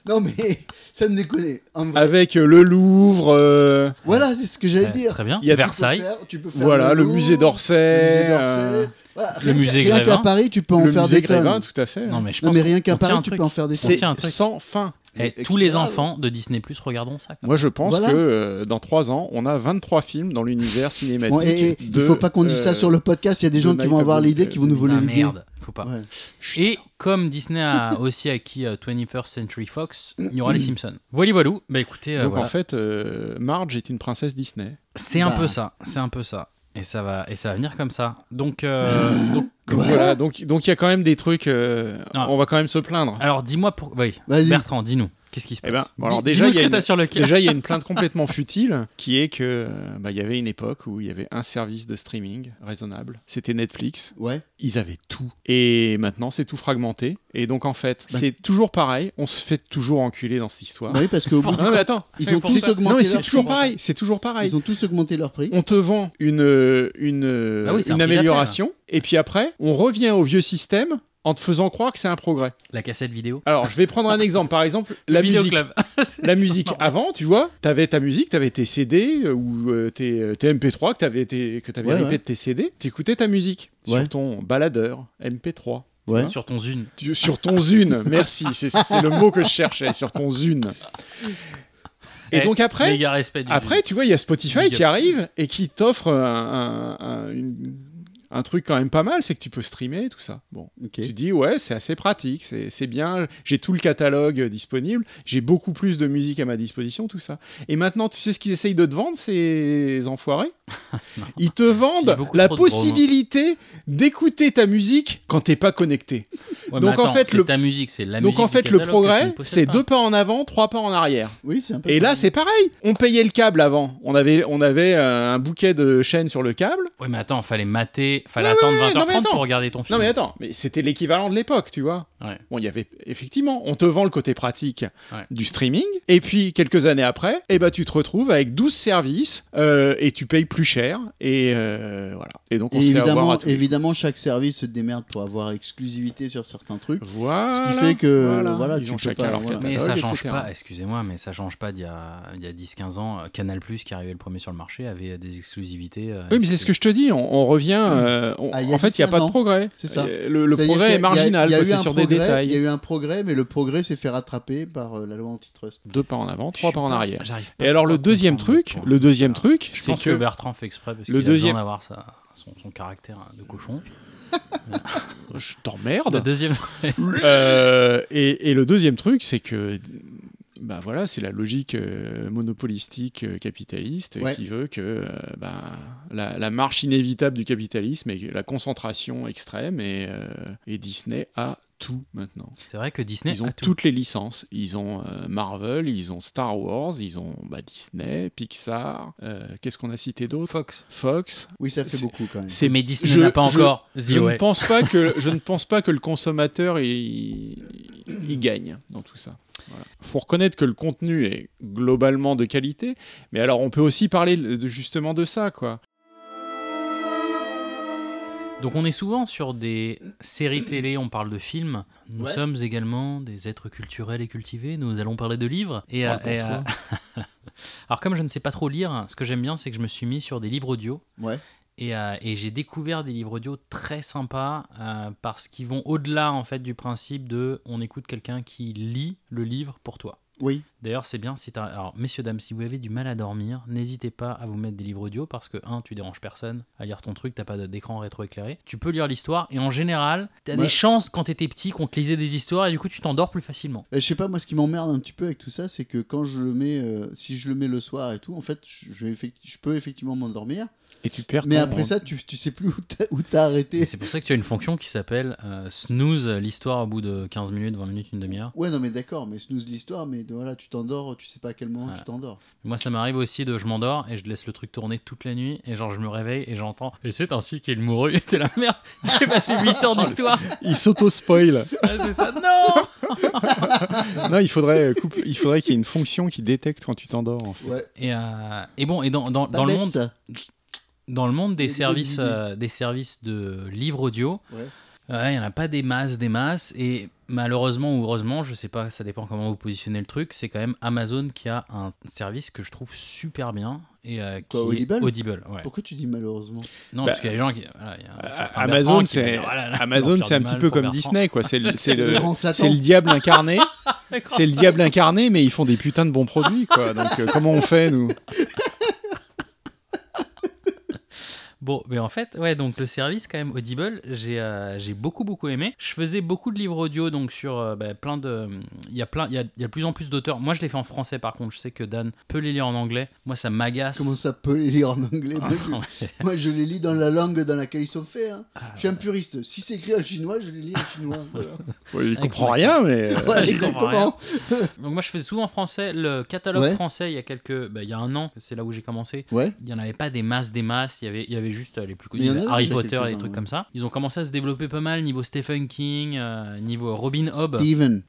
Speaker 5: Non mais ça me déconne. En vrai.
Speaker 4: avec euh, le Louvre, euh,
Speaker 5: Voilà, c'est ce que j'allais
Speaker 2: Ouais, c'est
Speaker 5: dire.
Speaker 2: très bien.
Speaker 4: Il y a
Speaker 2: C'est
Speaker 5: Tu peux
Speaker 2: Versailles.
Speaker 5: faire- tu peux faire
Speaker 4: voilà, le,
Speaker 5: Louvre,
Speaker 4: musée d'Orsay,
Speaker 5: le musée d'Orsay.
Speaker 4: euh,
Speaker 5: Voilà,
Speaker 2: le musée
Speaker 5: rien qu'à
Speaker 2: Grévin.
Speaker 5: Paris, tu peux en
Speaker 4: le
Speaker 5: faire
Speaker 4: musée
Speaker 5: des tonnes.
Speaker 4: Grévin, tout à fait. hein.
Speaker 2: Non, mais je
Speaker 5: Non
Speaker 2: pense
Speaker 5: mais rien qu'à
Speaker 2: qu'on tient un
Speaker 5: Paris, tu
Speaker 2: truc.
Speaker 5: peux en faire des
Speaker 2: C'est-
Speaker 5: tonnes.
Speaker 2: tient un truc.
Speaker 4: sans fin.
Speaker 2: Eh,
Speaker 5: Mais-
Speaker 2: tous les
Speaker 5: grave.
Speaker 2: enfants de Disney+, regarderont ça. quoi.
Speaker 4: Moi, je pense
Speaker 5: Voilà.
Speaker 4: que euh, dans trois ans, on a 23 films dans l'univers cinématique.
Speaker 5: Bon, et, et,
Speaker 4: de,
Speaker 5: il faut pas qu'on dise
Speaker 4: euh,
Speaker 5: ça sur le podcast. Il y a des gens
Speaker 4: de
Speaker 5: qui vont
Speaker 4: Night
Speaker 5: avoir
Speaker 4: of the-
Speaker 5: l'idée, qui vont nous voler
Speaker 2: Ah
Speaker 5: l'idée.
Speaker 2: merde, faut pas.
Speaker 5: Ouais.
Speaker 2: Et comme Disney a aussi acquis euh, 21st Century Fox, il y aura les Simpsons. Voilà, voilou. Bah écoutez, euh,
Speaker 4: Donc
Speaker 2: voilà.
Speaker 4: en fait, euh, Marge est une princesse Disney.
Speaker 2: c'est un
Speaker 5: bah.
Speaker 2: peu ça. C'est un peu ça. Et ça va, et ça va venir comme ça. Donc, euh, donc-
Speaker 4: Donc
Speaker 5: Quoi
Speaker 4: voilà, donc donc il y a quand même des trucs. euh,
Speaker 2: Non.
Speaker 4: on va quand même se plaindre.
Speaker 2: alors dis-moi pour. Oui.
Speaker 5: Vas-y.
Speaker 2: Bertrand, dis-nous. Qu'est-ce qui se
Speaker 4: Eh
Speaker 2: passe
Speaker 4: ben, bon, alors
Speaker 2: Dis-
Speaker 4: déjà,
Speaker 2: dis-nous
Speaker 4: il
Speaker 2: ce
Speaker 4: y a
Speaker 2: que
Speaker 4: une-
Speaker 2: t'as sur le cœur.
Speaker 4: Déjà, il y a une plainte complètement futile qui est que euh, bah, il y avait une époque où il y avait un service de streaming raisonnable. C'était Netflix.
Speaker 5: Ouais.
Speaker 4: Ils avaient tout. Et maintenant, c'est tout fragmenté. Et donc, en fait,
Speaker 5: Bah-
Speaker 4: c'est toujours pareil. On se fait toujours enculer dans cette histoire.
Speaker 5: Bah oui, parce qu'au bout,
Speaker 4: Non, mais attends.
Speaker 5: ils ont
Speaker 2: Pourquoi
Speaker 5: tous
Speaker 4: Non, mais
Speaker 5: augmenté
Speaker 4: c'est
Speaker 5: leur
Speaker 4: toujours
Speaker 5: prix.
Speaker 4: pareil. C'est toujours pareil.
Speaker 5: Ils ont tous augmenté leur prix.
Speaker 4: On te vend une, euh, une, euh,
Speaker 2: Bah oui, c'est un prix
Speaker 4: une
Speaker 2: d'appel.
Speaker 4: amélioration. Et puis après, on revient au vieux système en te faisant croire que c'est un progrès.
Speaker 2: La cassette vidéo.
Speaker 4: Alors, je vais prendre un exemple. Par exemple, la
Speaker 2: Vidéo
Speaker 4: musique. Hein
Speaker 2: club.
Speaker 4: La musique avant, tu vois, t'avais ta musique, t'avais tes CD euh, ou euh, tes, euh, tes MP3 que t'avais tes- que t'avais
Speaker 5: Ouais,
Speaker 4: ripé
Speaker 5: ouais.
Speaker 4: de tes CD, t'écoutais ta musique
Speaker 5: Ouais.
Speaker 4: sur ton baladeur MP3.
Speaker 5: Ouais.
Speaker 2: sur ton Zune.
Speaker 4: Tu- sur ton Zune, merci, c'est c'est le mot que je cherchais, sur ton Zune. Et
Speaker 2: Eh,
Speaker 4: donc après,
Speaker 2: Méga respect du
Speaker 4: après, tu vois, il y a Spotify
Speaker 2: Big
Speaker 4: qui
Speaker 2: up.
Speaker 4: arrive et qui t'offre un, un- un- une- un truc quand même pas mal, c'est que tu peux streamer et tout ça. Bon,
Speaker 5: Ok.
Speaker 4: tu dis ouais, c'est assez pratique, c'est c'est bien, j'ai tout le catalogue euh, disponible, j'ai beaucoup plus de musique à ma disposition, tout ça. Et maintenant, tu sais ce qu'ils essayent de te vendre, ces enfoirés Ils te vendent
Speaker 2: beaucoup
Speaker 4: la
Speaker 2: trop de gros hein. mots.
Speaker 4: possibilité d'écouter ta musique quand t'es pas connecté.
Speaker 2: Zune. Ouais,
Speaker 4: donc,
Speaker 2: mais attends,
Speaker 4: en fait,
Speaker 2: c'est
Speaker 4: le-
Speaker 2: ta musique, c'est la musique.
Speaker 4: Donc en
Speaker 2: du
Speaker 4: fait,
Speaker 2: catalogue
Speaker 4: le
Speaker 2: que tu ne
Speaker 4: progrès,
Speaker 2: possèdes
Speaker 4: c'est
Speaker 2: pas.
Speaker 4: deux pas en avant, trois pas en arrière.
Speaker 5: Oui, c'est un peu
Speaker 4: Et
Speaker 5: ça.
Speaker 4: là, c'est pareil. On payait le câble avant. On avait, on avait euh, un bouquet de chaînes sur le câble.
Speaker 2: Ouais, mais attends, fallait mater, fallait
Speaker 4: Ouais,
Speaker 2: attendre
Speaker 4: ouais, ouais, non, mais
Speaker 2: 20h30
Speaker 4: attends.
Speaker 2: pour regarder ton film.
Speaker 4: Non mais attends, mais c'était l'équivalent de l'époque, tu vois.
Speaker 2: Ouais.
Speaker 4: Bon, il y avait effectivement, on te vend le côté pratique
Speaker 2: Ouais.
Speaker 4: du streaming, et puis quelques années après, eh ben tu te retrouves avec 12 services euh, et tu payes plus cher, et euh, voilà. Et donc
Speaker 5: Et
Speaker 4: on se fait avoir
Speaker 5: évidemment,
Speaker 4: à tout.
Speaker 5: évidemment, chaque service se démerde pour avoir exclusivité sur certains trucs.
Speaker 4: Voilà.
Speaker 5: Ce qui fait que, voilà,
Speaker 4: ils
Speaker 5: tu
Speaker 4: ont
Speaker 5: peux
Speaker 4: chacun
Speaker 5: pas-
Speaker 4: leur
Speaker 5: voilà.
Speaker 4: catalogue,
Speaker 2: Mais ça change
Speaker 4: Bah etc.
Speaker 2: pas, excusez-moi, mais ça change pas d'il y a, il y a 10-15 ans. euh, Canal, qui arrivait le premier sur le marché, avait euh, des exclusivités. euh,
Speaker 4: Oui, mais c'est ce que je te dis. On, on revient. euh, on-
Speaker 5: Ah, il y a
Speaker 4: en fait, il n'y a
Speaker 5: 10-15
Speaker 4: pas de
Speaker 5: ans.
Speaker 4: progrès. Euh,
Speaker 5: C'est ça.
Speaker 4: Le, le
Speaker 5: C'est-à-dire
Speaker 4: progrès
Speaker 5: qu'il y
Speaker 4: est
Speaker 5: a-
Speaker 4: marginal.
Speaker 5: il y a
Speaker 4: quoi,
Speaker 5: eu
Speaker 4: C'est
Speaker 5: un
Speaker 4: sur des
Speaker 5: progrès, Il y a
Speaker 4: détails.
Speaker 5: eu un progrès, mais le progrès s'est fait rattraper par euh, la loi antitrust.
Speaker 4: Deux pas en avant,
Speaker 2: je
Speaker 4: trois
Speaker 2: suis
Speaker 4: pas en
Speaker 2: pas-
Speaker 4: arrière.
Speaker 2: j'arrive pas
Speaker 4: Et alors le
Speaker 2: trop à
Speaker 4: deuxième
Speaker 2: comprendre
Speaker 4: truc,
Speaker 2: point.
Speaker 4: le deuxième truc,
Speaker 2: Je
Speaker 4: c'est
Speaker 2: pense que...
Speaker 4: que
Speaker 2: Bertrand fait exprès parce qu'il
Speaker 4: le
Speaker 2: a besoin
Speaker 4: deuxième-
Speaker 2: d'avoir sa- son, son caractère hein, de cochon.
Speaker 4: je
Speaker 2: Le
Speaker 4: t'emmerde.
Speaker 2: deuxième.
Speaker 4: Euh, et, et le deuxième truc, c'est que bah voilà, c'est la logique euh, monopolistique euh, capitaliste
Speaker 5: Ouais.
Speaker 4: qui veut que euh, bah, la, la marche inévitable du capitalisme et la concentration extrême et, euh, et Disney a tout maintenant.
Speaker 2: c'est vrai que Disney
Speaker 4: Ils ont
Speaker 2: a tout.
Speaker 4: toutes les licences. Ils ont euh, Marvel, ils ont Star Wars, ils ont bah, Disney, Pixar. euh, Qu'est-ce qu'on a cité d'autre
Speaker 2: Fox.
Speaker 4: Fox.
Speaker 5: Oui, ça fait
Speaker 4: C'est-
Speaker 5: beaucoup quand même.
Speaker 4: C'est
Speaker 2: Mais Disney
Speaker 4: je-
Speaker 2: n'a pas
Speaker 4: je-
Speaker 2: encore. The
Speaker 4: Je ne
Speaker 2: Way.
Speaker 4: pense pas que je ne pense pas que le consommateur il, il gagne dans tout ça. Voilà. Faut reconnaître que le contenu est globalement de qualité, mais alors on peut aussi parler de, justement de ça quoi.
Speaker 2: Donc on est souvent sur des séries télé, on parle de films. Nous sommes également des êtres culturels et cultivés. Nous allons parler de livres. Et,
Speaker 5: Parle
Speaker 2: euh,
Speaker 5: pour
Speaker 2: et, euh, alors comme je ne sais pas trop lire, ce que j'aime bien, c'est que je me suis mis sur des livres audio.
Speaker 5: Ouais.
Speaker 2: Et, euh, et j'ai découvert des livres audio très sympas euh, parce qu'ils vont au-delà en fait du principe de on écoute quelqu'un qui lit le livre pour toi.
Speaker 5: Oui,
Speaker 2: D'ailleurs, c'est bien si t'as- Alors, messieurs, dames, si vous avez du mal à dormir, n'hésitez pas à vous mettre des livres audio parce que, un, tu déranges personne à lire ton truc, t'as pas d'écran rétroéclairé. Tu peux lire l'histoire et en général, t'as
Speaker 5: Ouais.
Speaker 2: des chances quand t'étais petit qu'on te lisait des histoires et du coup, tu t'endors plus facilement.
Speaker 5: Euh, Je sais pas, moi, ce qui m'emmerde un petit peu avec tout ça, c'est que quand je le mets, euh, si je le mets le soir et tout, en fait, je, je vais effecti- je peux effectivement m'endormir.
Speaker 4: Et tu perds.
Speaker 5: Mais
Speaker 4: ton-
Speaker 5: après ça, tu, tu sais plus où t'as- où t'as
Speaker 2: Et
Speaker 5: arrêté.
Speaker 2: c'est pour ça que tu as une fonction qui s'appelle euh, snooze l'histoire au bout de 15 minutes, 20 minutes, une demi-heure.
Speaker 5: Ouais, non, mais d'accord, mais snooze l'histoire, mais voilà, tu t'endors, tu sais pas à quel moment
Speaker 2: Voilà.
Speaker 5: tu t'endors.
Speaker 2: Moi, ça m'arrive aussi de je m'endors et je laisse le truc tourner toute la nuit et genre, je me réveille et j'entends et c'est ainsi qu'il mourut. T'es la merde, j'ai passé 8
Speaker 5: Oh,
Speaker 2: heures d'histoire.
Speaker 4: Il s'auto spoil.
Speaker 2: Ah, c'est ça, non
Speaker 4: non, il faudrait euh, coupe- il faudrait qu'il y ait une fonction qui détecte quand tu t'endors. en fait.
Speaker 5: Ouais,
Speaker 2: et, euh, et bon, et dans, dans,
Speaker 5: pas
Speaker 2: dans le
Speaker 5: bête,
Speaker 2: monde.
Speaker 5: ça.
Speaker 2: dans le monde des
Speaker 5: Il y a des
Speaker 2: services,
Speaker 5: bonnes idées.
Speaker 2: euh, des services de livres audio,
Speaker 5: Ouais.
Speaker 2: euh, il n'y en a pas des masses, des masses. Et malheureusement ou heureusement, je sais pas, ça dépend comment vous positionnez le truc, c'est quand même Amazon qui a un service que je trouve super bien. Et euh,
Speaker 5: Quoi,
Speaker 2: qui est
Speaker 5: Audible
Speaker 2: Audible, ouais.
Speaker 5: Pourquoi tu dis malheureusement
Speaker 2: Non,
Speaker 4: Bah,
Speaker 2: parce qu'il y a des gens qui. voilà, il y a un
Speaker 4: Euh,
Speaker 2: certain Ah, Bertrand
Speaker 4: Amazon,
Speaker 2: qui va
Speaker 4: c'est
Speaker 2: dire, Ah là là,
Speaker 4: Amazon,
Speaker 2: l'enfer
Speaker 4: c'est un
Speaker 2: du
Speaker 4: petit
Speaker 2: mal
Speaker 4: peu
Speaker 2: pour
Speaker 4: comme
Speaker 2: Bertrand.
Speaker 4: Disney quoi. C'est le- c'est le-
Speaker 5: Laurent Satan.
Speaker 4: c'est le diable incarné. C'est le diable incarné, mais ils font des putains de bons produits, quoi. Donc euh, comment on fait, nous
Speaker 2: Bon, mais en fait, ouais, donc le service quand même Audible, j'ai euh, j'ai beaucoup beaucoup aimé. Je faisais beaucoup de livres audio donc sur euh, bah, plein de, il y a plein, il y a, il y a de plus en plus d'auteurs. Moi, je les fais en français par contre. Je sais que Dan peut les lire en anglais. Moi, ça m'agace.
Speaker 5: Comment ça peut les lire en anglais Moi, je- Moi, je les lis dans la langue dans laquelle ils sont faits. hein. je suis un puriste. Si c'est écrit en chinois, je les lis en chinois. Voilà.
Speaker 4: Ouais, il
Speaker 2: Avec
Speaker 4: comprend
Speaker 2: son
Speaker 4: rien, mais. euh,
Speaker 5: Voilà,
Speaker 2: je comprends rien.
Speaker 5: exactement.
Speaker 2: Donc moi, je faisais souvent en français. Le catalogue
Speaker 5: Ouais.
Speaker 2: français, il y a quelques, bah, il y a un an, c'est là où j'ai commencé.
Speaker 5: Ouais.
Speaker 2: Il n'y en avait pas des masses, des masses. Il y avait, il y avait juste euh, les plus
Speaker 5: Mais il y
Speaker 2: connus,
Speaker 5: en avait
Speaker 2: Harry
Speaker 5: déjà
Speaker 2: Potter et des
Speaker 5: quelques-uns,
Speaker 2: trucs
Speaker 5: ouais.
Speaker 2: comme ça. Ils ont commencé à se développer pas mal niveau Stephen King, euh, niveau Robin Hobb.
Speaker 5: Steven.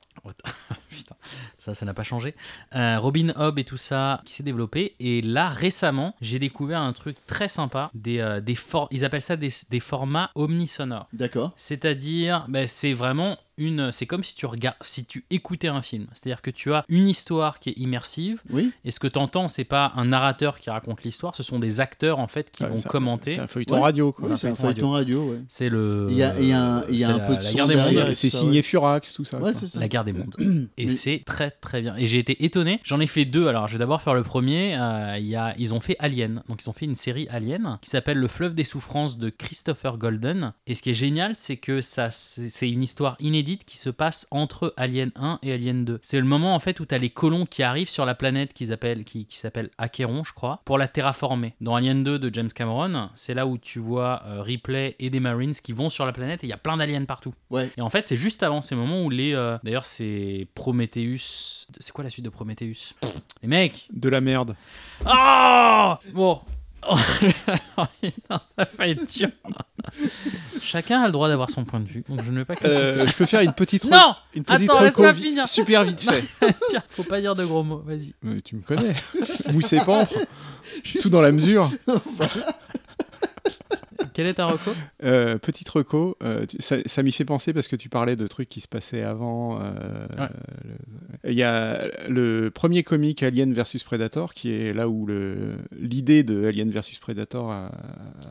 Speaker 2: Putain, ça, ça n'a pas changé. Euh, Robin Hobb et tout ça qui s'est développé. Et là, récemment, j'ai découvert un truc très sympa. Des, euh, des for- Ils appellent ça des, des formats omnisonores.
Speaker 5: D'accord.
Speaker 2: C'est-à-dire, ben, c'est vraiment une. C'est comme si tu regardes, si tu écoutais un film. C'est-à-dire que tu as une histoire qui est immersive.
Speaker 5: Oui.
Speaker 2: Et ce que tu entends, c'est pas un narrateur qui raconte l'histoire, ce sont des acteurs en fait qui
Speaker 4: Ouais,
Speaker 2: vont
Speaker 4: c'est un-
Speaker 2: commenter.
Speaker 4: C'est un feuilleton
Speaker 5: Ouais.
Speaker 4: radio, quoi.
Speaker 5: Oui, c'est un feuilleton radio. ouais.
Speaker 2: C'est le.
Speaker 5: Il y a- il y a un- il y a
Speaker 2: c'est
Speaker 5: un
Speaker 2: la-
Speaker 5: peu de
Speaker 2: la
Speaker 5: son
Speaker 2: guerre des
Speaker 5: derrière.
Speaker 2: mondes.
Speaker 4: C'est c'est
Speaker 5: ça,
Speaker 4: signé
Speaker 5: ouais.
Speaker 4: Furax, tout ça.
Speaker 5: Ouais,
Speaker 4: quoi.
Speaker 5: c'est ça.
Speaker 2: La guerre des mondes. Et
Speaker 5: Mais-
Speaker 2: c'est très très bien. Et j'ai été étonné. J'en ai fait deux. Alors je vais d'abord faire le premier. Euh, il y a, ils ont fait Alien. Donc ils ont fait une série Alien qui s'appelle Le fleuve des souffrances de Christopher Golden. Et ce qui est génial, c'est que ça, c'est c'est une histoire inédite qui se passe entre Alien 1 et Alien 2. C'est le moment en fait où tu as les colons qui arrivent sur la planète qu'ils appellent, qui, qui s'appelle Acheron, je crois, pour la terraformer. Dans Alien 2 de James Cameron, c'est là où tu vois euh, Ripley et des Marines qui vont sur la planète et il y a plein d'aliens partout.
Speaker 5: Ouais.
Speaker 2: Et en fait, c'est juste avant ces moments où les. euh, D'ailleurs, c'est Prometheus. C'est quoi la suite de Prometheus Les mecs
Speaker 4: De la merde.
Speaker 2: Ah Bon Oh, putain, ça va être dur. Chacun a le droit d'avoir son point de vue, donc je ne vais pas critiquer.
Speaker 4: Euh, je peux faire une petite. re-
Speaker 2: Non
Speaker 4: une petite
Speaker 2: Attends, laisse-moi
Speaker 4: reco-
Speaker 2: finir.
Speaker 4: Super vite fait.
Speaker 2: Tiens, faut pas dire de gros mots, vas-y.
Speaker 4: Mais tu me connais. Mousse et pampre. Tout dans la mesure.
Speaker 2: Quelle est ta reco
Speaker 4: Euh, petite reco, euh, tu- ça, ça m'y fait penser parce que tu parlais de trucs qui se passaient avant. euh,
Speaker 2: Ouais.
Speaker 4: le- Il y a le premier comic Alien vs Predator qui est là où le- l'idée de Alien vs Predator a,
Speaker 2: Ah,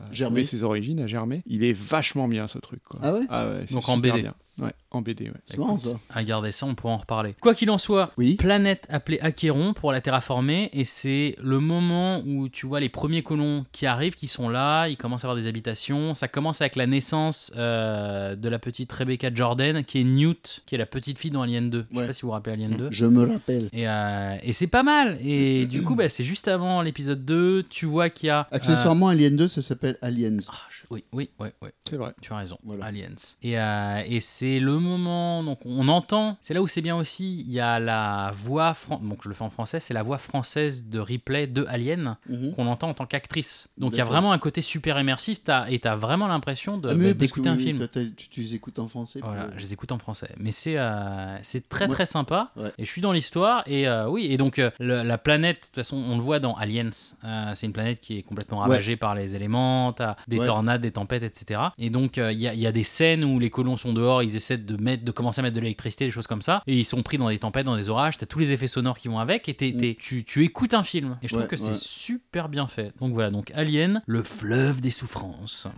Speaker 4: a
Speaker 5: Germé.
Speaker 4: trouvé ses origines, a germé. Il est vachement bien ce truc. Quoi.
Speaker 5: Ah ouais
Speaker 4: c'est
Speaker 2: Donc en
Speaker 4: super
Speaker 2: BD.
Speaker 4: bien. Ouais, en BD, ouais.
Speaker 5: C'est marrant ça.
Speaker 2: Regardez ça, on pourra en reparler. Quoi qu'il en soit,
Speaker 5: Oui.
Speaker 2: planète appelée Acheron pour la terraformer, et c'est le moment où tu vois les premiers colons qui arrivent, qui sont là, ils commencent à avoir des habitations. Ça commence avec la naissance euh, de la petite Rebecca Jordan, qui est Newt, qui est la petite fille dans Alien 2. Je sais
Speaker 5: Ouais. Mm.
Speaker 2: pas si vous vous rappelez Alien 2.
Speaker 5: Je me rappelle.
Speaker 2: Et, euh, et c'est pas mal. Et du coup, bah, c'est juste avant l'épisode 2, tu vois qu'il y a. euh,
Speaker 5: Accessoirement, Alien 2, ça s'appelle Aliens.
Speaker 2: ah, je- Oui, oui, oui, oui.
Speaker 4: C'est vrai.
Speaker 2: Tu as raison,
Speaker 5: Voilà.
Speaker 2: Aliens. Et, euh, et c'est le moment, donc on entend, c'est là où c'est bien aussi, il y a la voix, fran- donc je le fais en français, c'est la voix française de replay de Alien
Speaker 5: Mhm.
Speaker 2: qu'on entend en tant qu'actrice. Donc il y a
Speaker 5: D'accord.
Speaker 2: vraiment un côté super immersif t'as- et t'as vraiment l'impression de-
Speaker 5: Ah, mais oui,
Speaker 2: bah,
Speaker 5: parce
Speaker 2: d'écouter
Speaker 5: que
Speaker 2: un
Speaker 5: oui,
Speaker 2: film. Oh
Speaker 5: t'as- t'as- Tu, tu les écoutes en français. puis- euh,
Speaker 2: Voilà, je les écoute en français. Mais c'est euh, c'est très
Speaker 5: Ouais.
Speaker 2: très sympa.
Speaker 5: Ouais.
Speaker 2: Et je suis dans l'histoire. Et euh, oui, et donc euh, le- la planète, de toute façon, on le voit dans Aliens. Euh, c'est une planète qui est complètement ravagée par les éléments, t'as des
Speaker 5: Ouais.
Speaker 2: tornades, des tempêtes, etc. Et donc euh, il y, a, il y a des scènes où les colons sont dehors, ils essaient de, mettre, de commencer à mettre de l'électricité, des choses comme ça. Et ils sont pris dans des tempêtes, dans des orages, t'as tous les effets sonores qui vont avec. Et t'es-
Speaker 5: Mm.
Speaker 2: t'es- tu, tu écoutes un film. Et je trouve
Speaker 5: Ouais,
Speaker 2: que c'est
Speaker 5: ouais.
Speaker 2: super bien fait. Donc voilà, donc Alien, le fleuve des souffrances.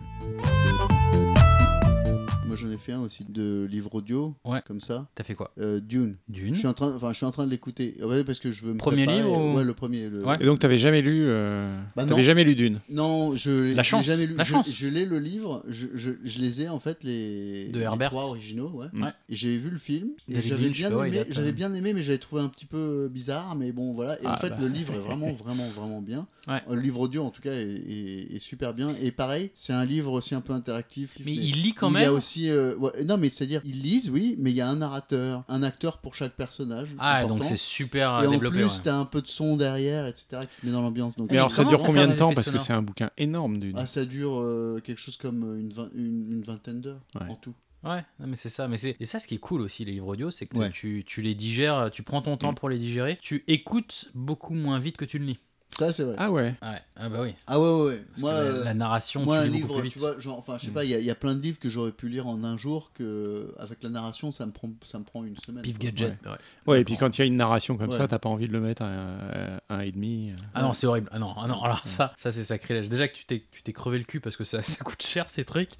Speaker 5: euh, Moi, j'en ai fait un aussi de livre audio,
Speaker 2: Ouais.
Speaker 5: comme ça.
Speaker 2: T'as fait quoi
Speaker 5: Euh, Dune.
Speaker 2: Dune
Speaker 5: Je suis en train, enfin, je suis en train de l'écouter. Ouais, parce que je veux me
Speaker 2: Premier
Speaker 5: préparer.
Speaker 2: livre ou-
Speaker 5: Ouais, le premier. le-
Speaker 2: Ouais.
Speaker 4: Et donc, t'avais jamais lu. euh,
Speaker 5: Bah
Speaker 4: t'avais
Speaker 5: non.
Speaker 4: jamais lu Dune.
Speaker 5: Non, je je l'ai
Speaker 2: chance,
Speaker 5: jamais lu.
Speaker 2: la
Speaker 5: je,
Speaker 2: chance.
Speaker 5: je l'ai le livre, je, je- je les ai en fait les,
Speaker 2: De
Speaker 5: les
Speaker 2: Herbert.
Speaker 5: trois originaux, ouais.
Speaker 2: Ouais.
Speaker 5: Et j'ai vu le film et
Speaker 2: David
Speaker 5: j'avais
Speaker 2: Lynch,
Speaker 5: bien
Speaker 2: bah ouais, il
Speaker 5: aimé,
Speaker 2: date,
Speaker 5: j'avais
Speaker 2: euh.
Speaker 5: bien aimé mais j'avais trouvé un petit peu bizarre mais bon voilà et en
Speaker 4: Ah,
Speaker 5: fait
Speaker 4: bah.
Speaker 5: le livre est vraiment vraiment vraiment bien.
Speaker 2: Ouais.
Speaker 5: Euh, Le livre audio en tout cas est, est- est super bien et pareil, c'est un livre aussi un peu interactif
Speaker 2: Mais il lit quand
Speaker 5: où
Speaker 2: même.
Speaker 5: Il y a aussi euh, ouais, non mais c'est-à-dire ils lisent oui, mais il y a un narrateur, un acteur pour chaque personnage.
Speaker 2: Ah,
Speaker 5: important.
Speaker 2: donc c'est super
Speaker 5: et en
Speaker 2: développé.
Speaker 5: plus,
Speaker 2: ouais.
Speaker 5: t'as un peu de son derrière, etc., qui te met dans l'ambiance. Donc,
Speaker 4: Mais
Speaker 2: Et
Speaker 4: alors, ça
Speaker 2: comment
Speaker 4: dure
Speaker 2: ça
Speaker 4: combien
Speaker 2: fait
Speaker 4: de
Speaker 2: un
Speaker 4: temps
Speaker 2: effet
Speaker 4: Parce que
Speaker 2: sonore
Speaker 4: c'est un bouquin énorme, Dune.
Speaker 5: Ah, ça dure euh, quelque chose comme une, vingt- une, une vingtaine d'heures
Speaker 4: Ouais.
Speaker 5: en tout.
Speaker 2: Ouais, non, mais c'est ça. Mais c'est et ça ce qui est cool aussi les livres audio, c'est que
Speaker 5: Ouais. Mm.
Speaker 2: tu, tu les digères, tu prends ton temps pour les digérer, tu écoutes beaucoup moins vite que tu le lis.
Speaker 5: Ça, c'est vrai. Ah,
Speaker 4: Ah ouais.
Speaker 2: Ouais. Ah bah oui.
Speaker 5: ouais, ouais, ouais.
Speaker 2: Parce
Speaker 5: Moi,
Speaker 2: que la,
Speaker 5: euh,
Speaker 2: la narration,
Speaker 5: moi
Speaker 2: tu
Speaker 5: un
Speaker 2: lis beaucoup
Speaker 5: livre,
Speaker 2: plus
Speaker 5: tu
Speaker 2: vite.
Speaker 5: vois, genre, enfin, je sais
Speaker 4: Mm.
Speaker 5: pas, il y, a- il y a plein de livres que j'aurais pu lire en un jour, que avec la narration, ça me prend, ça me prend une semaine.
Speaker 2: Pif
Speaker 5: quoi.
Speaker 2: gadget. ouais.
Speaker 4: Ouais, et puis quand il y a une narration comme
Speaker 5: Ouais.
Speaker 4: ça, t'as pas envie de le mettre à un, à un et demi. euh.
Speaker 2: Ah non, c'est horrible. Ah non, ah non. Alors ça, ça c'est sacrilège. Déjà que tu t'es, tu t'es crevé le cul parce que ça, ça coûte cher ces trucs.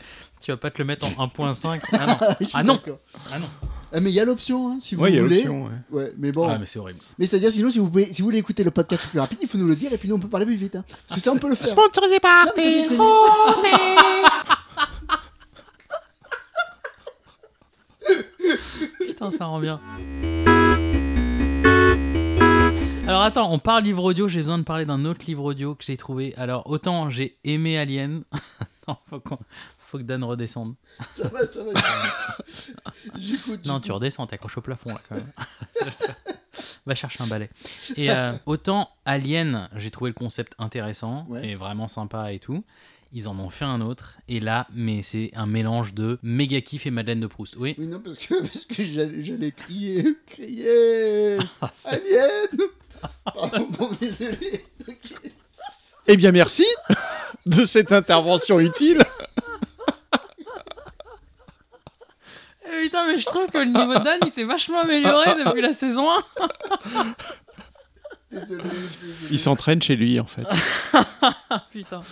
Speaker 2: Tu vas pas te le mettre en 1.5. Ah non.
Speaker 5: Je suis
Speaker 2: Ah non.
Speaker 5: d'accord.
Speaker 2: Ah non.
Speaker 5: Ah, mais il y a l'option, hein, si vous
Speaker 4: Ouais, il y a
Speaker 5: voulez.
Speaker 4: l'option. ouais.
Speaker 5: Ouais, mais bon.
Speaker 2: Ah,
Speaker 5: mais
Speaker 2: mais c'est horrible.
Speaker 5: c'est-à-dire, sinon, si vous, pouvez- si vous voulez écouter le podcast plus rapide, il faut nous le dire et puis nous, on peut parler plus vite. hein. Parce que ça, on peut le faire.
Speaker 6: Sponsorisé par
Speaker 5: Non, mais ça fait plaisir.
Speaker 2: Putain, ça rend bien. Alors attends, on parle livre audio, j'ai besoin de parler d'un autre livre audio que j'ai trouvé. Alors autant j'ai aimé Alien. non, faut, qu'on- faut que Dan redescende.
Speaker 5: Ça va, ça va. J'écoute.
Speaker 2: Non, tu redescends, t'accroches au plafond là quand même. Va chercher un balai. Et euh, autant Alien, j'ai trouvé le concept intéressant
Speaker 5: Ouais.
Speaker 2: et vraiment sympa et tout. Ils en ont fait un autre. Et là, mais c'est un mélange de méga kiff et Madeleine de Proust. Oui.
Speaker 5: Oui, non, parce que, parce que j'allais j'allais crier, crier,
Speaker 2: Ah, c'est-
Speaker 5: alien Pardon, bon, désolé. Ok.
Speaker 4: Eh bien, merci de cette intervention utile.
Speaker 2: Eh, Putain, mais je trouve que le niveau de Dan, il s'est vachement amélioré depuis la saison 1.
Speaker 5: Désolé, désolé.
Speaker 4: Il s'entraîne chez lui, en fait.
Speaker 2: Putain.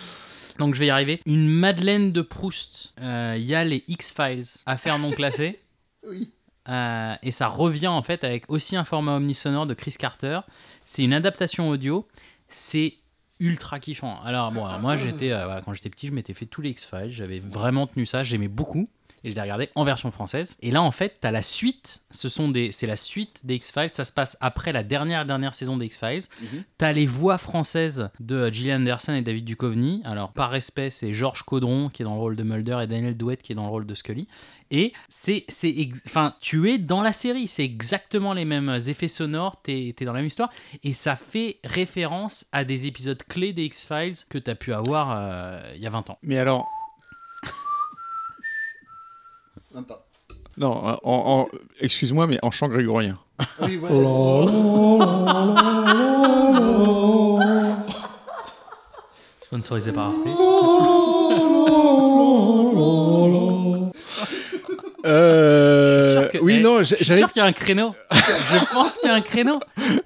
Speaker 2: Donc je vais y arriver. Une Madeleine de Proust. Euh, Il y a les X-Files, affaires non classées.
Speaker 5: Oui.
Speaker 2: Euh, et ça revient en fait avec aussi un format omnisonore de Chris Carter. C'est une adaptation audio. C'est ultra kiffant. Alors bon, alors, moi j'étais euh, voilà, quand j'étais petit, je m'étais fait tous les X-Files. J'avais vraiment tenu ça. J'aimais beaucoup. Et je l'ai regardé en version française. Et là, en fait, t'as la suite. Ce sont des, c'est la suite des X-Files. Ça se passe après la dernière dernière saison des X-Files. T'as les voix françaises de euh, Gillian Anderson et David Duchovny. Alors, par respect, c'est Georges Caudron qui est dans le rôle de Mulder et Daniel Douette qui est dans le rôle de Scully. Et c'est, c'est ex- enfin, tu es dans la série. C'est exactement les mêmes effets sonores. T'es, t'es dans la même histoire. Et ça fait référence à des épisodes clés des X-Files que t'as pu avoir euh, il y a 20 ans.
Speaker 4: Mais alors,
Speaker 5: Même pas.
Speaker 4: non, en- en- excuse-moi, mais en chant grégorien.
Speaker 5: Ah Oui,
Speaker 4: Oh
Speaker 5: voilà. c'est-
Speaker 2: Sponsorisé par Arte.
Speaker 4: Euh,
Speaker 2: Je suis sûr que-
Speaker 4: Euh, oui,
Speaker 2: eh,
Speaker 4: non,
Speaker 2: Je suis
Speaker 4: j'allais
Speaker 2: sûr qu'il y a un créneau. Je pense qu'il y a un créneau.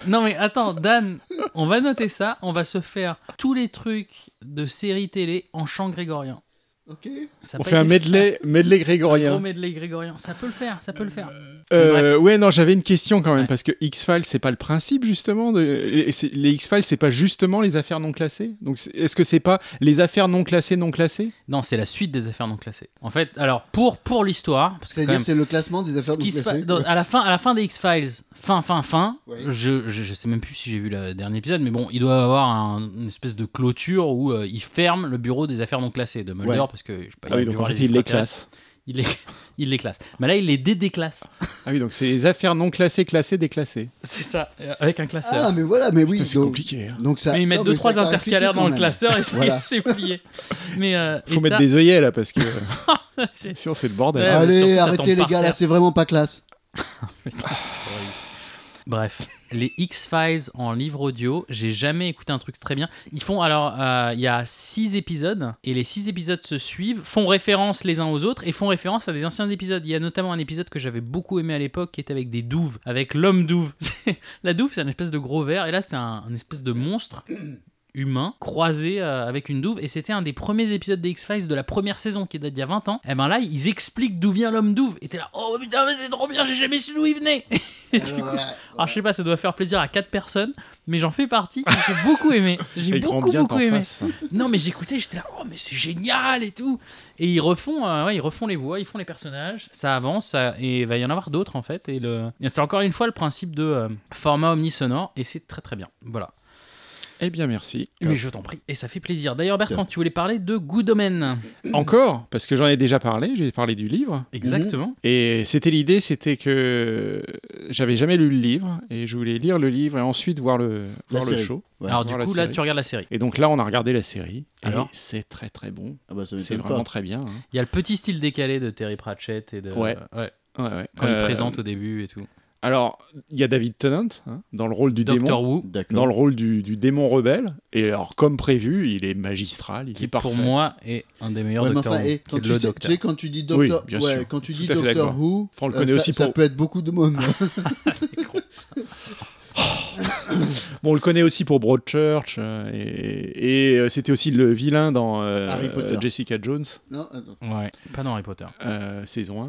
Speaker 2: Non mais attends, Dan, on va noter ça. On va se faire tous les trucs de séries télé en chant grégorien.
Speaker 5: Ok.
Speaker 2: Ça a
Speaker 4: On
Speaker 2: pas
Speaker 4: fait un
Speaker 2: été
Speaker 4: medley, medley
Speaker 2: Un gros
Speaker 4: grégorien.
Speaker 2: medley grégorien. Ça peut le faire, ça peut le faire.
Speaker 4: Euh, ouais, non, j'avais une question quand même,
Speaker 2: Ouais.
Speaker 4: parce que X-Files, c'est pas le principe, justement. De... et c'est- Les X-Files, c'est pas justement les affaires non classées Donc, c'est- est-ce que c'est pas les affaires non classées, non classées
Speaker 2: Non, c'est la suite des affaires non classées. En fait, alors pour pour l'histoire, parce que quand
Speaker 5: C'est-à-dire,
Speaker 2: même,
Speaker 5: c'est le classement des affaires
Speaker 2: ce qui se
Speaker 5: classées.
Speaker 2: passe- dans-
Speaker 4: Ah,
Speaker 2: à la fin à la fin des X Files, fin fin fin,
Speaker 5: Ouais.
Speaker 2: je, je je sais même plus si j'ai vu le dernier épisode, mais bon, il doit y avoir un- une espèce de clôture où euh, il ferme le bureau des affaires non classées de Mulder
Speaker 4: Ouais.
Speaker 2: parce que je sais pas,
Speaker 4: Ah
Speaker 2: a
Speaker 4: oui,
Speaker 2: dû
Speaker 4: donc en
Speaker 2: voir
Speaker 4: fait, ils les
Speaker 2: extraterrestres.
Speaker 4: classent.
Speaker 2: Il les, il les classe. Mais là, il les dédéclasse.
Speaker 4: Ah oui, donc c'est les affaires non classées, classées, déclassées.
Speaker 2: C'est ça, euh, avec un classeur.
Speaker 5: Ah, mais voilà, mais oui.
Speaker 4: Putain, c'est
Speaker 5: donc-
Speaker 4: compliqué. hein.
Speaker 5: Donc ça,
Speaker 2: mais ils mettent
Speaker 5: non,
Speaker 2: deux
Speaker 5: mais
Speaker 2: trois
Speaker 5: ça clarifie
Speaker 2: intercalaires
Speaker 5: tout
Speaker 2: dans
Speaker 5: quand
Speaker 2: le
Speaker 5: même.
Speaker 2: classeur et ça y est,
Speaker 5: Voilà.
Speaker 2: c'est plié. Mais euh,
Speaker 4: Faut
Speaker 2: et
Speaker 4: mettre
Speaker 2: t'as-
Speaker 4: des œillets là, parce que euh,
Speaker 2: c'est-
Speaker 4: sinon, c'est le bordel.
Speaker 2: Ouais, mais surtout,
Speaker 5: Allez,
Speaker 2: ça tombe
Speaker 5: arrêtez les
Speaker 2: par
Speaker 5: gars, là,
Speaker 2: terre.
Speaker 5: c'est vraiment pas classe.
Speaker 2: Putain, c'est horrible. Ah. Bref, les X-Files en livre audio, j'ai jamais écouté un truc très bien. Ils font alors, euh, il y a six épisodes et les six épisodes se suivent, font référence les uns aux autres et font référence à des anciens épisodes. Il y a notamment un épisode que j'avais beaucoup aimé à l'époque qui était avec des douves, avec l'homme douve. C'est- La douve, c'est un espèce de gros verre et là, c'est un, un espèce de monstre humain croisé euh, avec une douve et c'était un des premiers épisodes des X-Files de la première saison qui date d'il y a 20 ans et ben là ils expliquent d'où vient l'homme douve et t'es là oh putain mais c'est trop bien j'ai jamais su d'où il venait Et du coup, alors Ah, je sais pas ça doit faire plaisir à quatre personnes mais j'en fais partie et j'ai beaucoup aimé j'ai
Speaker 4: Et grand
Speaker 2: beaucoup
Speaker 4: bien
Speaker 2: beaucoup
Speaker 4: t'en
Speaker 2: aimé
Speaker 4: fasse.
Speaker 2: non mais j'écoutais j'étais là oh mais c'est génial et tout et ils refont euh, ouais, ils refont les voix ils font les personnages ça avance ça- et il va y en avoir d'autres en fait et le et c'est encore une fois le principe de euh, format omnisonore et c'est très très bien voilà
Speaker 4: Eh bien, merci.
Speaker 2: mais je t'en prie. Et ça fait plaisir. D'ailleurs, Bertrand, tu voulais parler de
Speaker 4: Mmh.
Speaker 2: Goodomen.
Speaker 4: Encore, parce que j'en ai déjà parlé, j'ai parlé du livre.
Speaker 2: Exactement.
Speaker 4: Et c'était l'idée, c'était que euh, j'avais jamais lu le livre, et je voulais lire le livre et ensuite voir le,
Speaker 5: La
Speaker 4: voir le
Speaker 5: série.
Speaker 4: show.
Speaker 5: Ouais,
Speaker 2: Alors, du
Speaker 4: voir la
Speaker 2: coup, là,
Speaker 4: série.
Speaker 2: tu regardes la série.
Speaker 4: Et donc là, on a regardé la série.
Speaker 2: Alors
Speaker 4: et c'est très très bon.
Speaker 5: Ah bah, ça
Speaker 4: C'est
Speaker 5: m'étonne
Speaker 4: vraiment
Speaker 5: pas.
Speaker 4: très bien. hein.
Speaker 2: Il y a le petit style décalé de Terry Pratchett et de.
Speaker 4: Ouais.
Speaker 2: Euh, ouais.
Speaker 4: Ouais, ouais.
Speaker 2: Quand
Speaker 4: Euh,
Speaker 2: il présente au début et tout.
Speaker 4: Alors, il y a David Tennant hein, dans le rôle du démon.
Speaker 2: Doctor Who,
Speaker 5: D'accord.
Speaker 4: Dans le rôle du, du démon rebelle. Et alors, comme prévu, il est magistral, il
Speaker 2: qui
Speaker 4: est parfait.
Speaker 2: pour moi est un des meilleurs
Speaker 5: Ouais, mais
Speaker 2: Doctor
Speaker 5: enfin,
Speaker 2: Who.
Speaker 5: et quand
Speaker 2: C'est
Speaker 5: tu,
Speaker 2: le
Speaker 5: sais, tu
Speaker 2: Docteur.
Speaker 5: sais, quand tu dis
Speaker 4: Oui,
Speaker 5: Docteur,
Speaker 4: bien
Speaker 5: ouais,
Speaker 4: sûr.
Speaker 5: quand tu
Speaker 4: Tout
Speaker 5: dis
Speaker 4: à fait
Speaker 5: Docteur
Speaker 4: d'accord.
Speaker 5: Who,
Speaker 4: Enfin, on le
Speaker 5: euh,
Speaker 4: connaît
Speaker 5: ça,
Speaker 4: aussi
Speaker 5: ça
Speaker 4: pour-
Speaker 5: peut être beaucoup de monde.
Speaker 4: Bon, on le connaît aussi pour Broadchurch. euh, et et, euh, c'était aussi le vilain dans euh,
Speaker 5: Harry Potter.
Speaker 4: Jessica Jones,
Speaker 5: non, attends.
Speaker 2: Ouais. Pas dans Harry Potter.
Speaker 4: euh, saison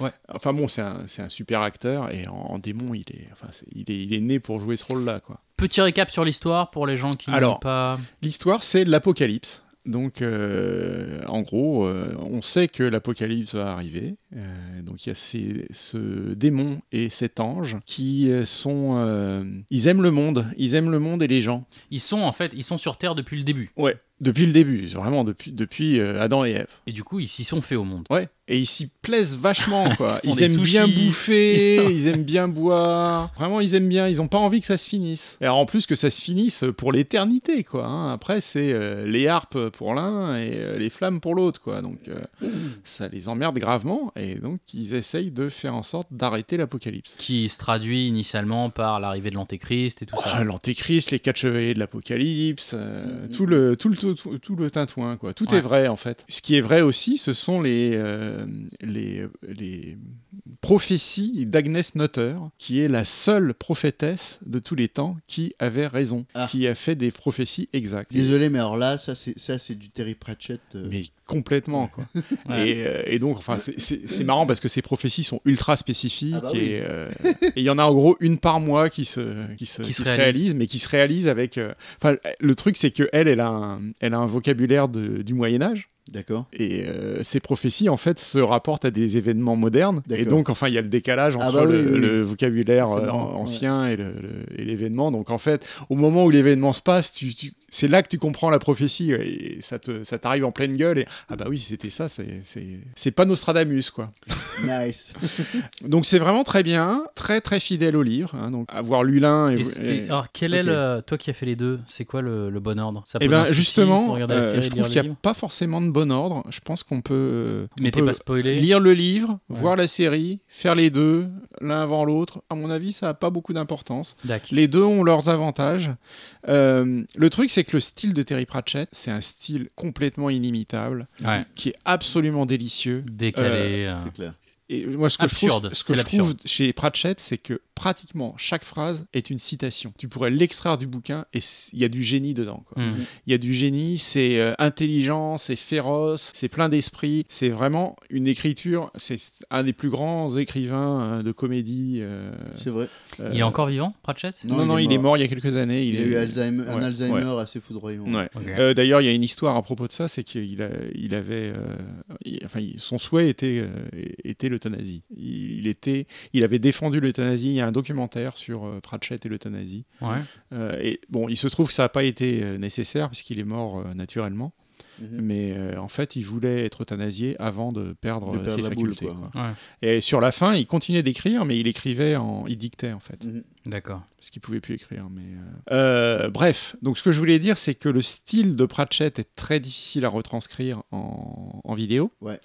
Speaker 4: 1.
Speaker 2: Ouais.
Speaker 4: Enfin bon, c'est un, c'est un super acteur et en, en démon, il est, enfin, c'est- il, est, il est né pour jouer ce rôle-là. quoi.
Speaker 2: Petit récap sur l'histoire pour les gens qui n'ont
Speaker 4: Alors,
Speaker 2: pas.
Speaker 4: L'histoire, c'est l'apocalypse. Donc, euh, en gros, euh, on sait que l'apocalypse va arriver. Euh, donc, il y a ces- ce démon et cet ange qui euh, sont. euh, ils aiment le monde. Ils aiment le monde et les gens.
Speaker 2: Ils sont en fait, ils sont sur Terre depuis le début.
Speaker 4: Ouais. Depuis le début, vraiment, depuis, depuis euh, Adam et Ève.
Speaker 2: Et du coup, ils s'y sont faits au monde.
Speaker 4: Ouais. Et ils s'y plaisent vachement, quoi.
Speaker 2: Ils se font
Speaker 4: ils
Speaker 2: des
Speaker 4: aiment bien
Speaker 2: sushis.
Speaker 4: bouffer, ils aiment bien boire. Vraiment, ils aiment bien. Ils n'ont pas envie que ça se finisse. Et alors, en plus, que ça se finisse pour l'éternité, quoi. hein. Après, c'est euh, les harpes pour l'un et euh, les flammes pour l'autre, quoi. Donc, euh, ça les emmerde gravement. Et donc, ils essayent de faire en sorte d'arrêter l'apocalypse.
Speaker 2: Qui se traduit initialement par l'arrivée de l'Antéchrist et tout ça. Mm,
Speaker 4: Ah, L'Antéchrist, les quatre chevaliers de l'Apocalypse, euh,
Speaker 5: Mhm.
Speaker 4: tout, le, tout, le, tout, tout- tout le tintouin, quoi. Tout
Speaker 2: Ouais.
Speaker 4: est vrai, en fait. Ce qui est vrai aussi, ce sont les, euh, les, les prophéties d'Agnès Noether, qui est la seule prophétesse de tous les temps qui avait raison,
Speaker 5: Ah.
Speaker 4: qui a fait des prophéties exactes.
Speaker 5: Désolé, mais alors là, ça c'est ça c'est du Terry Pratchett. euh,
Speaker 4: Mais complètement, quoi.
Speaker 2: Ouais.
Speaker 4: Et, euh, et donc, enfin, c'est- c'est c'est marrant parce que ces prophéties sont ultra spécifiques
Speaker 5: Ah bah oui.
Speaker 4: et euh, et il y en a en gros une par mois qui se qui se,
Speaker 2: Qui
Speaker 4: qui
Speaker 2: se
Speaker 4: se
Speaker 2: réalise.
Speaker 4: réalise. mais qui se réalise avec. euh, Enfin, le truc c'est que elle, elle a un, elle a un vocabulaire de- du Moyen Âge.
Speaker 5: D'accord.
Speaker 4: Et euh, ces prophéties, en fait, se rapportent à des événements modernes. Et
Speaker 5: D'accord.
Speaker 4: donc, enfin, il y a le décalage entre
Speaker 5: Ah bah oui,
Speaker 4: le,
Speaker 5: oui, oui.
Speaker 4: le vocabulaire
Speaker 5: C'est
Speaker 4: euh,
Speaker 5: marrant,
Speaker 4: ancien et le- le- et l'événement. donc, en fait, au moment où l'événement se passe, tu, tu- c'est là que tu comprends la prophétie et ça te- ça t'arrive en pleine gueule. Et, ah bah oui, c'était ça, c'est- c'est c'est pas Nostradamus, quoi.
Speaker 5: Nice.
Speaker 4: Donc, c'est vraiment très bien, très, très fidèle au livre. hein. donc, avoir lu l'un et...
Speaker 2: Et c'est-
Speaker 4: et-
Speaker 2: et alors, quel est
Speaker 4: ok.
Speaker 2: le. Toi qui as fait les deux, c'est quoi le, le bon ordre Ça
Speaker 4: eh
Speaker 2: pose un
Speaker 4: ben
Speaker 2: souci pour
Speaker 4: justement,
Speaker 2: regarder la
Speaker 4: euh,
Speaker 2: série,
Speaker 4: je
Speaker 2: lire
Speaker 4: trouve
Speaker 2: le
Speaker 4: qu'il n'y a
Speaker 2: livre
Speaker 4: pas forcément de bon ordre. Je pense qu'on peut, euh, on
Speaker 2: Mais t'es
Speaker 4: peut
Speaker 2: pas spoilé.
Speaker 4: lire le livre,
Speaker 2: Ouais.
Speaker 4: voir la série, faire les deux, l'un avant l'autre. À mon avis, ça n'a pas beaucoup d'importance.
Speaker 2: Dac.
Speaker 4: Les deux ont leurs avantages. Euh, le truc, c'est que le style de Terry Pratchett, c'est un style complètement inimitable,
Speaker 2: Ouais.
Speaker 4: qui est absolument délicieux.
Speaker 2: Décalé.
Speaker 4: Ah.
Speaker 2: euh,
Speaker 5: C'est clair.
Speaker 4: Et moi, ce que
Speaker 2: Absurde,
Speaker 4: je trouve, ce
Speaker 2: c'est
Speaker 4: que je
Speaker 2: l'absurde.
Speaker 4: trouve chez Pratchett, c'est que pratiquement chaque phrase est une citation. Tu pourrais l'extraire du bouquin et c- il y a du génie dedans. Quoi.
Speaker 2: hum.
Speaker 4: Il y a du génie, c'est euh, intelligent, c'est féroce, c'est plein d'esprit. C'est vraiment une écriture. C'est un des plus grands écrivains euh, de comédie. euh,
Speaker 5: C'est vrai.
Speaker 4: euh,
Speaker 2: Il est encore vivant, Pratchett
Speaker 4: Non, non, il, est, mort. il y a quelques années.
Speaker 5: Il,
Speaker 4: Il,
Speaker 5: a
Speaker 4: est-
Speaker 5: eu Alzheimer, un
Speaker 4: ouais,
Speaker 5: Alzheimer assez foudroyant.
Speaker 4: Ouais.
Speaker 2: Ok.
Speaker 4: Euh, D'ailleurs, il y a une histoire à propos de ça, c'est qu'il a- il avait, euh, il- enfin, il- son souhait était, euh, était l'euthanasie. Il, il était, il avait défendu l'euthanasie. Il y a un documentaire sur euh, Pratchett et l'euthanasie.
Speaker 2: Ouais.
Speaker 4: Euh, et bon, il se trouve que ça n'a pas été euh, nécessaire puisqu'il est mort euh, naturellement.
Speaker 5: Mhm.
Speaker 4: Mais euh, en fait, il voulait être euthanasié avant de perdre,
Speaker 5: De
Speaker 4: euh,
Speaker 5: perdre
Speaker 4: ses
Speaker 5: la boule,
Speaker 4: facultés.
Speaker 5: quoi.
Speaker 4: quoi.
Speaker 2: Ouais.
Speaker 4: Et sur la fin, il continuait d'écrire, mais il écrivait, en, il dictait en fait
Speaker 2: D'accord.
Speaker 4: parce qu'il pouvait plus écrire. Mais euh. Euh, bref, donc ce que je voulais dire, c'est que le style de Pratchett est très difficile à retranscrire en, en vidéo.
Speaker 5: Ouais.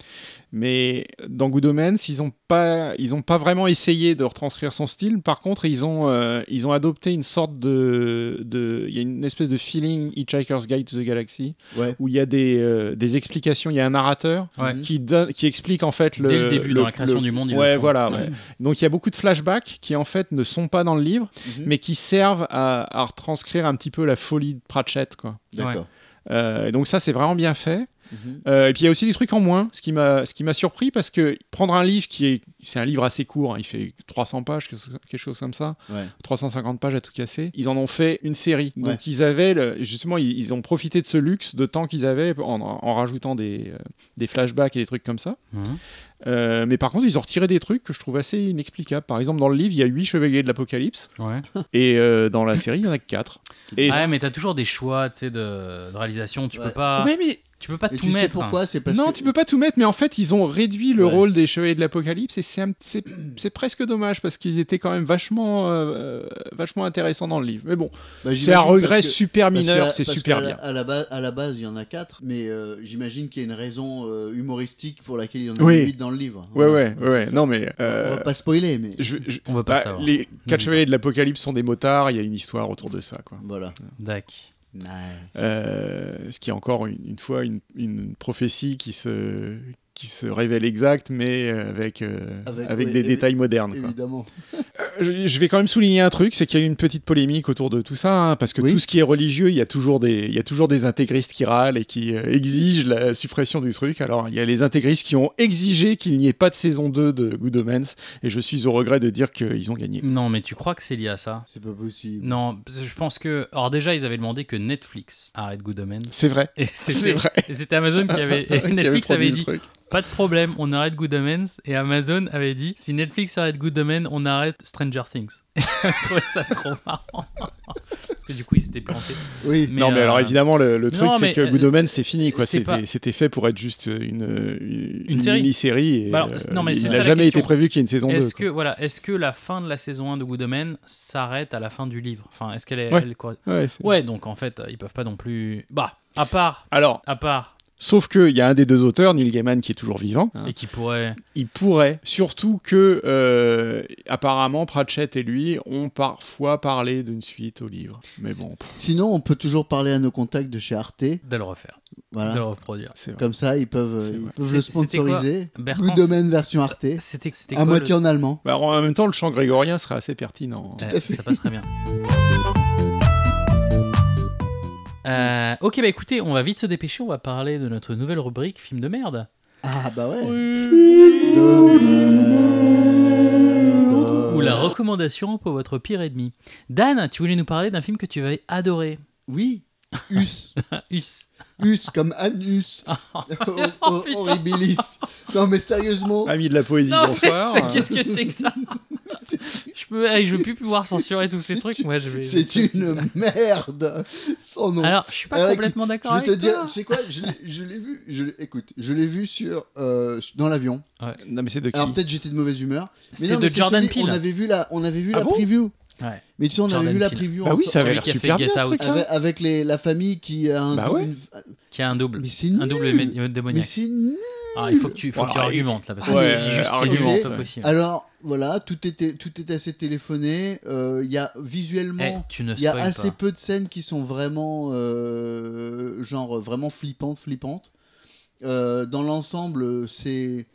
Speaker 4: Mais dans Good Omens, ils n'ont pas, ils ont pas vraiment essayé de retranscrire son style. Par contre, ils ont, euh, ils ont adopté une sorte de, de, il y a une espèce de feeling Hitchhiker's Guide to the Galaxy
Speaker 5: Ouais.
Speaker 4: où il y a des, euh, des explications, il y a un narrateur
Speaker 2: Ouais.
Speaker 5: Mhm.
Speaker 4: qui, donne- qui explique en fait le
Speaker 2: Dès le début, dans la création du monde, ils le
Speaker 4: Ouais,
Speaker 2: font.
Speaker 4: voilà. ouais. Donc il y a beaucoup de flashbacks qui en fait ne sont pas dans le livre,
Speaker 5: Mhm.
Speaker 4: mais qui servent à, à retranscrire un petit peu la folie de Pratchett, quoi.
Speaker 5: D'accord.
Speaker 4: Euh, et donc ça c'est vraiment bien fait.
Speaker 5: Mhm.
Speaker 4: Euh, et puis il y a aussi des trucs en moins, ce qui m'a ce qui m'a surpris parce que prendre un livre qui est c'est un livre assez court, hein, il fait 300 pages quelque chose- quelque chose comme ça.
Speaker 5: Ouais.
Speaker 4: 350 pages à tout casser. Ils en ont fait une série. Donc
Speaker 5: Ouais.
Speaker 4: ils avaient, le- justement, ils, ils ont profité de ce luxe de temps qu'ils avaient en, en rajoutant des, euh, des flashbacks et des trucs comme ça.
Speaker 2: Mhm.
Speaker 4: Euh, mais par contre, ils ont retiré des trucs que je trouve assez inexplicables. Par exemple, dans le livre, il y a 8 chevaliers de l'Apocalypse
Speaker 2: Ouais.
Speaker 4: et euh, dans la série, il y en a que 4. Et
Speaker 2: ouais, mais t'as toujours des choix, tu sais, de, de réalisation. Tu peux
Speaker 5: Ouais.
Speaker 2: pas,
Speaker 4: Ouais, mais
Speaker 2: tu peux pas
Speaker 5: Et
Speaker 2: tout
Speaker 5: tu sais
Speaker 2: mettre. hein.
Speaker 5: pourquoi C'est parce
Speaker 4: non,
Speaker 5: que
Speaker 4: tu peux pas tout mettre, mais en fait, ils ont réduit le
Speaker 5: Ouais.
Speaker 4: rôle des Chevaliers de l'Apocalypse et c'est un- c'est c'est presque dommage parce qu'ils étaient quand même vachement, euh, vachement intéressants dans le livre. Mais bon,
Speaker 5: Bah,
Speaker 4: c'est un
Speaker 5: j'imagine
Speaker 4: regret
Speaker 5: parce que-
Speaker 4: super
Speaker 5: parce
Speaker 4: mineur,
Speaker 5: qu'à-
Speaker 4: c'est
Speaker 5: parce
Speaker 4: super
Speaker 5: qu'à la-
Speaker 4: bien.
Speaker 5: À la, base, à la base, il y en a quatre, mais euh, j'imagine qu'il y a une raison euh, humoristique pour laquelle il y en a
Speaker 4: Oui.
Speaker 5: huit dans le livre.
Speaker 4: Ouais,
Speaker 5: Voilà.
Speaker 4: ouais, ouais, ouais.
Speaker 5: C'est ça.
Speaker 4: Non, mais.
Speaker 5: On
Speaker 4: euh,
Speaker 5: va pas spoiler, mais
Speaker 4: je- je-
Speaker 2: hein. On va pas
Speaker 4: bah,
Speaker 2: savoir.
Speaker 4: les
Speaker 2: Mhm.
Speaker 4: quatre chevaliers de l'apocalypse sont des motards, il y a une histoire autour de ça. Quoi.
Speaker 5: voilà.
Speaker 2: Dac.
Speaker 5: Nice.
Speaker 4: Euh, ce qui est encore une, une fois une, une prophétie qui se, qui se révèle exacte, mais euh, avec, euh,
Speaker 5: Avec,
Speaker 4: avec,
Speaker 5: ouais,
Speaker 4: des
Speaker 5: évi-
Speaker 4: détails modernes. quoi.
Speaker 5: Évidemment.
Speaker 4: je je vais quand même souligner un truc, c'est qu'il y a eu une petite polémique autour de tout ça, hein, parce que
Speaker 5: Oui.
Speaker 4: tout ce qui est religieux, il y, a toujours des, il y a toujours des intégristes qui râlent et qui euh, exigent la suppression du truc. Alors, il y a les intégristes qui ont exigé qu'il n'y ait pas de saison 2 de Good Omens, et je suis au regret de dire qu'ils ont gagné.
Speaker 2: Non, mais tu crois que c'est lié à ça
Speaker 5: C'est pas possible.
Speaker 2: Non, parce que je pense que. Or, déjà, ils avaient demandé que Netflix arrête Good Omens.
Speaker 4: C'est vrai.
Speaker 2: Et
Speaker 4: C'est
Speaker 2: c'était-
Speaker 4: vrai.
Speaker 2: et c'était Amazon qui avait. et
Speaker 4: Qui
Speaker 2: Netflix
Speaker 4: produit
Speaker 2: avait
Speaker 4: le
Speaker 2: dit
Speaker 4: truc.
Speaker 2: pas de problème, on arrête Good Omens. Et Amazon avait dit si Netflix arrête Good Omens, on arrête Stranger Things. Et je trouvais ça trop marrant. Parce que du coup, ils s'étaient plantés.
Speaker 5: Oui.
Speaker 4: non, mais
Speaker 2: euh,
Speaker 4: alors évidemment, le, le truc,
Speaker 2: non,
Speaker 4: c'est
Speaker 2: mais,
Speaker 4: que Good
Speaker 2: euh,
Speaker 4: Omens, c'est fini. quoi.
Speaker 2: c'est
Speaker 4: C'était
Speaker 2: pas-
Speaker 4: c'était fait pour être juste une, une,
Speaker 2: Une série.
Speaker 4: mini-série. et,
Speaker 2: Bah alors,
Speaker 4: euh,
Speaker 2: non, mais
Speaker 4: il
Speaker 2: c'est ça
Speaker 4: n'a
Speaker 2: la
Speaker 4: jamais
Speaker 2: question.
Speaker 4: été prévu qu'il y ait une saison 2.
Speaker 2: Est-ce que, voilà, est que la fin de la saison 1 de Good Omens s'arrête à la fin du livre Enfin, est-ce qu'elle est.
Speaker 4: Ouais.
Speaker 2: elle corre-
Speaker 4: Ouais, c'est-
Speaker 2: ouais, donc en fait, ils peuvent pas non plus. Bah, à part.
Speaker 4: Alors,
Speaker 2: À part.
Speaker 4: sauf qu'il y a un des deux auteurs, Neil Gaiman, qui est toujours vivant. hein,
Speaker 2: Et qui pourrait.
Speaker 4: il pourrait. Surtout que, euh, apparemment, Pratchett et lui ont parfois parlé d'une suite au livre. Mais bon, pff,
Speaker 5: Sinon, on peut toujours parler à nos contacts de chez Arte.
Speaker 2: de le refaire, de le
Speaker 5: Voilà.
Speaker 2: reproduire.
Speaker 4: c'est vrai.
Speaker 5: Comme ça, ils peuvent, euh,
Speaker 4: C'est
Speaker 5: ils
Speaker 4: vrai.
Speaker 5: peuvent
Speaker 2: C'est-
Speaker 5: le
Speaker 2: c'était quoi
Speaker 5: sponsoriser.
Speaker 2: Bertrand,
Speaker 5: Good Domain version Arte.
Speaker 2: C'était c'était
Speaker 5: À
Speaker 2: quoi
Speaker 5: moitié
Speaker 2: le-
Speaker 5: en allemand.
Speaker 4: Bah, en même temps, le chant grégorien serait assez pertinent. hein.
Speaker 2: Ouais, ça passe très bien. Euh, ok, bah écoutez, on va vite se dépêcher, on va parler de notre nouvelle rubrique film de merde.
Speaker 5: Ah bah ouais.
Speaker 2: Ou la recommandation pour votre pire ennemi. Dan, tu voulais nous parler d'un film que tu avais adoré.
Speaker 5: Oui. Us.
Speaker 2: Ah, Us.
Speaker 5: Us comme anus. Hor- hor-
Speaker 2: Oh, putain.
Speaker 5: Horribilis. Non mais sérieusement.
Speaker 4: Amis de la poésie,
Speaker 2: Non, mais
Speaker 4: bonsoir.
Speaker 5: euh.
Speaker 2: c'est- Qu'est-ce que c'est que ça Je peux, eh, je veux plus pouvoir censurer tous ces
Speaker 5: C'est
Speaker 2: trucs.
Speaker 5: une-
Speaker 2: Moi, je vais.
Speaker 5: C'est une merde. Sans nom.
Speaker 2: Alors, je suis pas
Speaker 5: Alors,
Speaker 2: complètement d'accord
Speaker 5: je vais
Speaker 2: avec
Speaker 5: te
Speaker 2: toi.
Speaker 5: dire, tu sais quoi, je l'ai- je l'ai vu, je l'ai- écoute, je l'ai vu sur, euh, dans l'avion.
Speaker 4: Non, mais c'est de qui
Speaker 5: Alors peut-être j'étais de mauvaise humeur. Mais
Speaker 2: C'est
Speaker 5: non,
Speaker 2: de
Speaker 5: mais
Speaker 2: Jordan
Speaker 5: celui- On
Speaker 2: Peele.
Speaker 5: avait vu la, on avait vu
Speaker 4: Ah
Speaker 5: la
Speaker 4: bon
Speaker 5: preview.
Speaker 2: Ouais.
Speaker 5: Mais tu sais, on
Speaker 2: Jordan
Speaker 5: avait vu la
Speaker 2: Peele.
Speaker 5: preview
Speaker 4: Bah
Speaker 5: en
Speaker 4: oui,
Speaker 5: sor-
Speaker 4: ça avait
Speaker 2: celui
Speaker 4: l'air
Speaker 2: qui a fait
Speaker 4: super
Speaker 2: Get
Speaker 4: bien, ce
Speaker 2: Out.
Speaker 4: truc-là.
Speaker 5: avec, avec les, la famille qui a un
Speaker 4: Bah
Speaker 5: double-
Speaker 4: ouais.
Speaker 5: une-
Speaker 2: Qui a un double,
Speaker 5: Mais c'est nul.
Speaker 2: un double mé-
Speaker 5: Mais
Speaker 2: démoniaque.
Speaker 5: c'est nul.
Speaker 2: Ah, il faut que tu, faut
Speaker 4: Ouais,
Speaker 2: que tu
Speaker 4: ouais.
Speaker 2: argumentes là parce que
Speaker 4: Ouais,
Speaker 2: c'est
Speaker 5: euh,
Speaker 2: juste, c'est
Speaker 4: argumente,
Speaker 2: juste pas
Speaker 4: ouais.
Speaker 2: possible.
Speaker 5: Alors voilà, tout était tout est assez téléphoné. Euh, Il y a
Speaker 2: Eh,
Speaker 5: visuellement,
Speaker 2: tu ne
Speaker 5: il y a
Speaker 2: spoil
Speaker 5: assez
Speaker 2: pas.
Speaker 5: peu de scènes qui sont vraiment euh, genre vraiment flippantes, flippantes. Euh, dans l'ensemble, c'est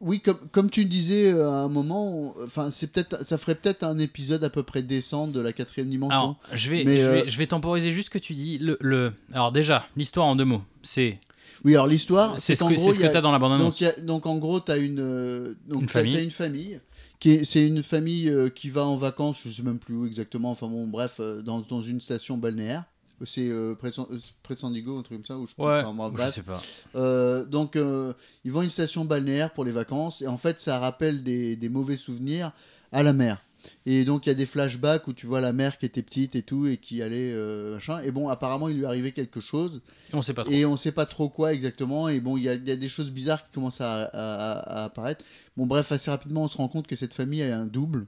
Speaker 5: oui comme comme tu le disais euh, à un moment, on- enfin c'est peut-être ça ferait peut-être un épisode à peu près décent de la quatrième dimension.
Speaker 2: Alors, je vais,
Speaker 5: Mais,
Speaker 2: je,
Speaker 5: euh,
Speaker 2: vais, je vais temporiser juste ce que tu dis. Le, le- Alors déjà, l'histoire en deux mots. C'est
Speaker 5: oui alors l'histoire,
Speaker 2: c'est
Speaker 5: c'est
Speaker 2: ce
Speaker 5: qu'en
Speaker 2: que
Speaker 5: gros
Speaker 2: c'est ce
Speaker 5: il y
Speaker 2: que
Speaker 5: a-
Speaker 2: t'as dans la bande annonce.
Speaker 5: Donc, il y a- donc, en gros, tu as une, euh,
Speaker 2: Ah,
Speaker 5: donc,
Speaker 2: Une
Speaker 5: t'as-
Speaker 2: famille.
Speaker 5: t'as une famille. qui est- C'est une famille euh, qui va en vacances, je sais même plus où exactement, enfin bon, bref, euh, dans, dans une station balnéaire. C'est euh, près de San- euh, près de San Diego, un truc comme ça, ou je
Speaker 2: Ouais.
Speaker 5: enfin, bon,
Speaker 2: je
Speaker 5: bref.
Speaker 2: sais pas.
Speaker 5: Euh, donc, euh, ils vont à une station balnéaire pour les vacances, et en fait, ça rappelle des, des mauvais souvenirs à la mer. Et donc, il y a des flashbacks où tu vois la mère qui était petite et tout, et qui allait euh, machin. Et bon, apparemment, il lui arrivait quelque chose.
Speaker 2: On sait pas trop.
Speaker 5: Et on sait pas trop quoi exactement. Et bon, il y, a il y a des choses bizarres qui commencent à, à- à apparaître. Bon, bref, assez rapidement, on se rend compte que cette famille a un double.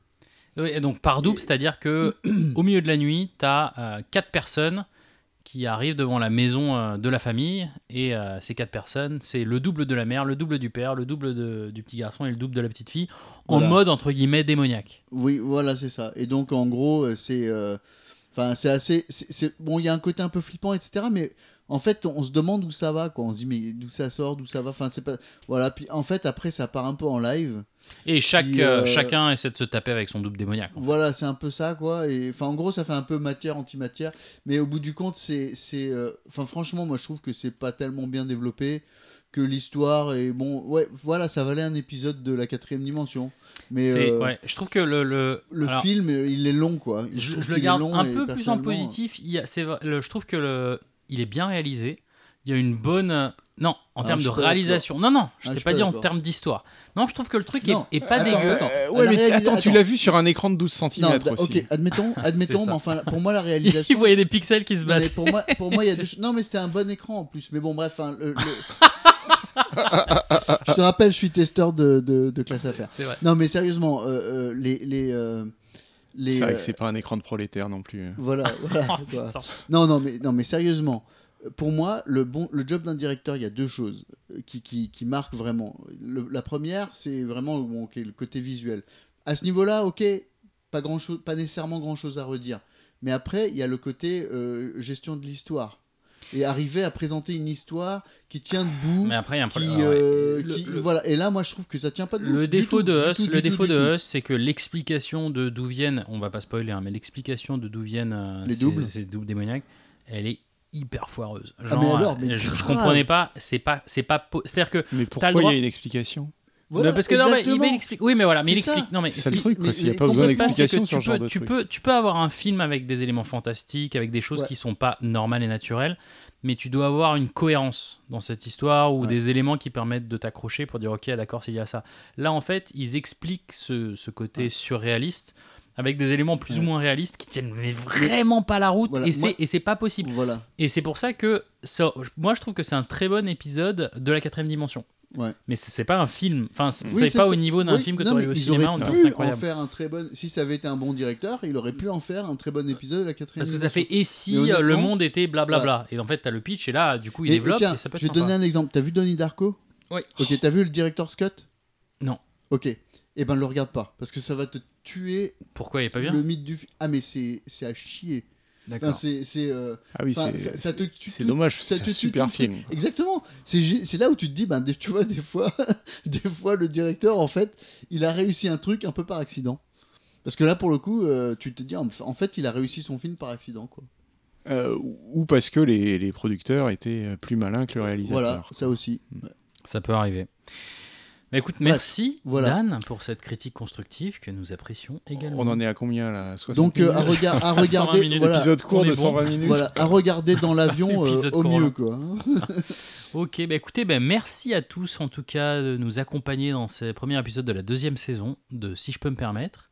Speaker 2: Oui, et donc par double, c'est-à-dire que au milieu de la nuit, t'as euh, quatre personnes qui arrivent devant la maison euh, de la famille et euh, ces quatre personnes, c'est le double de la mère, le double du père, le double de- du petit garçon et le double de la petite fille en
Speaker 5: Voilà.
Speaker 2: mode entre guillemets démoniaque.
Speaker 5: Oui, voilà, c'est ça. Et donc, en gros, euh, c'est. euh, Enfin, c'est assez. c'est- c'est- Bon, il y a un côté un peu flippant, etc. Mais en fait, on, on se demande où ça va, quoi. On se dit, mais d'où ça sort, d'où ça va. Enfin, c'est pas. Voilà. Puis en fait, après, ça part un peu en live.
Speaker 2: Et chaque
Speaker 5: Puis,
Speaker 2: euh,
Speaker 5: euh,
Speaker 2: chacun essaie de se taper avec son double démoniaque. en fait.
Speaker 5: Voilà, c'est un peu ça, quoi. Et enfin, en gros, ça fait un peu matière antimatière. Mais au bout du compte, c'est, c'est, euh, enfin, franchement, moi, je trouve que c'est pas tellement bien développé que l'histoire est bon. Ouais, voilà, ça valait un épisode de la quatrième dimension. Mais
Speaker 2: C'est-
Speaker 5: euh,
Speaker 2: ouais, je trouve que le le,
Speaker 5: le
Speaker 2: alors,
Speaker 5: film, euh, il est long, quoi.
Speaker 2: je,
Speaker 5: trouve
Speaker 2: je le
Speaker 5: qu'il est
Speaker 2: garde
Speaker 5: long
Speaker 2: un
Speaker 5: et
Speaker 2: peu plus en
Speaker 5: personnellement, euh,
Speaker 2: positif. Il y a- c'est vrai- le- je trouve que le, il est bien réalisé. Il y a une bonne. euh, Non, en
Speaker 5: Ah,
Speaker 2: termes
Speaker 5: je
Speaker 2: de
Speaker 5: suis pas
Speaker 2: réalisation. Non, non, je
Speaker 5: Ah, je
Speaker 2: t'ai
Speaker 5: suis
Speaker 2: pas
Speaker 5: pas
Speaker 2: dit en
Speaker 5: d'accord.
Speaker 2: termes d'histoire. Non, je trouve que le truc
Speaker 5: Non,
Speaker 2: est, est pas
Speaker 5: attends,
Speaker 2: dégueu.
Speaker 5: attends.
Speaker 4: Euh,
Speaker 5: Elle
Speaker 4: ouais,
Speaker 5: a
Speaker 4: mais
Speaker 5: réalisé-
Speaker 4: attends, tu
Speaker 5: attends.
Speaker 4: l'as vu sur un écran de 12 cm
Speaker 5: Non, d'a-
Speaker 4: aussi.
Speaker 5: ok, admettons, admettons,
Speaker 2: ça.
Speaker 5: mais enfin, pour moi, la
Speaker 2: Il
Speaker 5: réalisation.
Speaker 2: voyait des pixels qui se
Speaker 5: Non, mais
Speaker 2: battent.
Speaker 5: pour moi, pour moi, il y a deux... ch- Non, mais c'était un bon écran en plus. Mais bon, bref. hein, le- le- je te rappelle, je suis testeur de, de, de classe affaires.
Speaker 2: C'est vrai.
Speaker 5: Non, mais sérieusement, euh, euh, les. les, euh, les
Speaker 4: C'est vrai que
Speaker 5: euh,
Speaker 4: c'est pas un écran de prolétaire non plus.
Speaker 5: Voilà, voilà.
Speaker 2: Oh,
Speaker 5: quoi.
Speaker 2: putain.
Speaker 5: non, non, mais, non, mais sérieusement, euh, pour moi, le, bon, le job d'un directeur, il y a deux choses euh, qui, qui, qui marquent vraiment. Le- la première, c'est vraiment bon, ok, le côté visuel. À ce niveau-là, ok, pas, grand chose, pas nécessairement grand-chose à redire. Mais après, il y a le côté euh, gestion de l'histoire. et arriver à présenter une histoire qui tient debout.
Speaker 2: Mais après, il y a un
Speaker 5: Qui,
Speaker 2: problème. ouais.
Speaker 5: euh,
Speaker 2: Le-
Speaker 5: qui-
Speaker 2: le-
Speaker 5: voilà. Et là, moi, je trouve que ça tient pas debout.
Speaker 2: Le
Speaker 5: du
Speaker 2: défaut
Speaker 5: tout,
Speaker 2: de
Speaker 5: du
Speaker 2: Us,
Speaker 5: tout,
Speaker 2: le
Speaker 5: du
Speaker 2: défaut
Speaker 5: tout, du
Speaker 2: de Us, c'est que l'explication de d'où viennent, on va pas spoiler, hein, mais l'explication de d'où viennent euh,
Speaker 5: Les
Speaker 2: ces-
Speaker 5: doubles.
Speaker 2: ces doubles démoniaques, elle est hyper foireuse.
Speaker 5: Ah,
Speaker 2: Genre,
Speaker 5: mais alors,
Speaker 2: euh,
Speaker 5: mais
Speaker 2: je, je
Speaker 5: grave.
Speaker 2: comprenais pas, c'est pas, c'est pas, po- c'est-à-dire que
Speaker 4: Mais
Speaker 2: le
Speaker 4: pourquoi il y
Speaker 2: droit.
Speaker 4: a une explication
Speaker 5: Voilà,
Speaker 2: Non, Bah, parce que non, mais, il-
Speaker 5: exactement.
Speaker 2: mais il explique, oui, mais voilà, mais il
Speaker 5: C'est ça.
Speaker 2: explique, non mais
Speaker 4: C'est ça
Speaker 2: ce
Speaker 4: le
Speaker 2: qui-
Speaker 4: truc,
Speaker 5: mais-
Speaker 4: quoi, s'il n'y a
Speaker 5: mais
Speaker 4: pas
Speaker 5: qu'on
Speaker 4: besoin
Speaker 2: ce qui se passe, c'est
Speaker 4: d'explication
Speaker 2: que
Speaker 4: sur
Speaker 2: tu
Speaker 4: ce genre
Speaker 2: peux,
Speaker 4: de
Speaker 2: tu
Speaker 4: truc.
Speaker 2: peux, tu peux avoir un film avec des éléments fantastiques, avec des choses
Speaker 5: Ouais.
Speaker 2: qui sont pas normales et naturelles, mais tu dois avoir une cohérence dans cette histoire ou
Speaker 5: Ouais.
Speaker 2: des éléments qui permettent de t'accrocher pour dire ok ah, d'accord c'est lié à ça. Là en fait ils expliquent ce, ce côté surréaliste avec des éléments plus ou
Speaker 5: Ouais.
Speaker 2: moins réalistes qui tiennent mais vraiment pas la route
Speaker 5: Voilà,
Speaker 2: et
Speaker 5: moi-
Speaker 2: c'est et c'est pas possible.
Speaker 5: Voilà.
Speaker 2: Et c'est pour ça que ça, moi je trouve que c'est un très bon épisode de la quatrième dimension.
Speaker 5: Ouais.
Speaker 2: Mais c'est c'est pas un film, enfin c'est
Speaker 5: Oui,
Speaker 2: c'est pas
Speaker 5: ça,
Speaker 2: au
Speaker 5: c'est-
Speaker 2: niveau d'un
Speaker 5: oui,
Speaker 2: film que tu
Speaker 5: non,
Speaker 2: aurais vu
Speaker 5: mais
Speaker 2: au
Speaker 5: ils
Speaker 2: cinéma, on
Speaker 5: auraient
Speaker 2: dirait
Speaker 5: pu
Speaker 2: c'est
Speaker 5: en
Speaker 2: incroyable.
Speaker 5: faire un très bon. Si ça avait été un bon directeur, il aurait pu en faire un très bon épisode de la quatrième.
Speaker 2: Parce que ça fait et si
Speaker 5: Mais honnêtement,
Speaker 2: euh, le monde était blablabla. Et en fait t'as le pitch et là du coup il
Speaker 5: Et- et
Speaker 2: développe
Speaker 5: tiens,
Speaker 2: et ça peut
Speaker 5: je
Speaker 2: être
Speaker 5: vais te donner
Speaker 2: sympa.
Speaker 5: un exemple. T'as vu Donnie Darko
Speaker 2: Oui.
Speaker 5: Ok, t'as vu le directeur Scott
Speaker 2: Non.
Speaker 5: Ok. Eh ben, le regarde pas, parce que ça va te tuer
Speaker 2: Pourquoi il est pas bien
Speaker 5: le mythe du. fi- Ah, mais c'est c'est à chier.
Speaker 2: D'accord.
Speaker 5: Enfin, c'est c'est. euh,
Speaker 4: Ah oui,
Speaker 5: enfin,
Speaker 4: c'est-
Speaker 5: ça, ça te tue.
Speaker 4: c'est
Speaker 5: tout-
Speaker 4: dommage,
Speaker 5: ça
Speaker 4: c'est
Speaker 5: te
Speaker 4: un
Speaker 5: tue
Speaker 4: super
Speaker 5: tout le truc.
Speaker 4: film.
Speaker 5: Exactement. C'est gé- c'est là où tu te dis, ben, des- tu vois, des fois, des fois, le directeur, en fait, il a réussi un truc un peu par accident. Parce que là, pour le coup, euh, tu te dis, en en fait, il a réussi son film par accident, quoi.
Speaker 4: Euh, ou parce que les, les producteurs étaient euh, plus malins que le
Speaker 5: Voilà,
Speaker 4: réalisateur.
Speaker 5: ça aussi.
Speaker 2: Ça peut arriver. Bah écoute,
Speaker 5: Bref,
Speaker 2: merci
Speaker 5: voilà.
Speaker 2: Dan pour cette critique constructive que nous apprécions également.
Speaker 4: On en est à combien là 60
Speaker 5: Donc, euh, à,
Speaker 4: minutes
Speaker 5: rega- à
Speaker 2: 120
Speaker 5: regarder,
Speaker 2: minutes
Speaker 5: voilà,
Speaker 4: épisode court
Speaker 2: on est
Speaker 4: de
Speaker 2: bon.
Speaker 4: 120 minutes.
Speaker 5: voilà, à regarder dans l'avion euh,
Speaker 2: Épisode
Speaker 5: au
Speaker 2: courant.
Speaker 5: mieux, quoi. hein.
Speaker 2: Ok, bah écoutez, bah merci à tous en tout cas de nous accompagner dans ce premier épisode de la deuxième saison de Si je peux me permettre.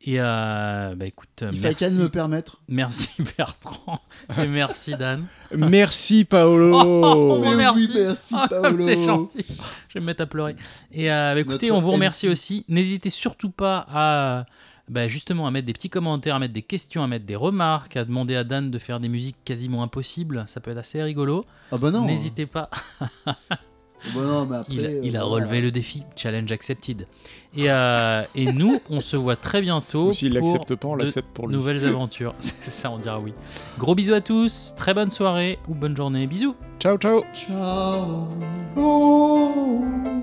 Speaker 2: Et euh, bah écoute,
Speaker 5: Il fait
Speaker 2: merci,
Speaker 5: qu'à ne me permettre.
Speaker 2: merci Bertrand et merci Dan.
Speaker 4: Merci Paolo.
Speaker 2: Oh,
Speaker 5: mais oui,
Speaker 2: merci.
Speaker 5: merci,
Speaker 2: Oh, comme
Speaker 5: Paolo.
Speaker 2: c'est gentil. Je vais me mettre à pleurer. Et euh, bah, écoutez,
Speaker 5: Notre
Speaker 2: on vous remercie
Speaker 5: MC.
Speaker 2: aussi. N'hésitez surtout pas à bah, justement à mettre des petits commentaires, à mettre des questions, à mettre des remarques, à demander à Dan de faire des musiques quasiment impossibles. Ça peut être assez rigolo.
Speaker 5: Ah bah non.
Speaker 2: N'hésitez pas.
Speaker 5: Ah bah non, mais après,
Speaker 2: Il,
Speaker 5: euh,
Speaker 2: il a
Speaker 5: voilà.
Speaker 2: relevé le défi. Challenge accepted. Et, euh, et nous, on se voit très bientôt
Speaker 4: Ou s'il
Speaker 2: pour
Speaker 4: l'accepte pas, on
Speaker 2: de
Speaker 4: l'accepte pour lui.
Speaker 2: nouvelles aventures. C'est ça, on dira oui. Gros bisous à tous. Très bonne soirée ou bonne journée. Bisous.
Speaker 4: Ciao ciao.
Speaker 5: Ciao.
Speaker 4: Oh.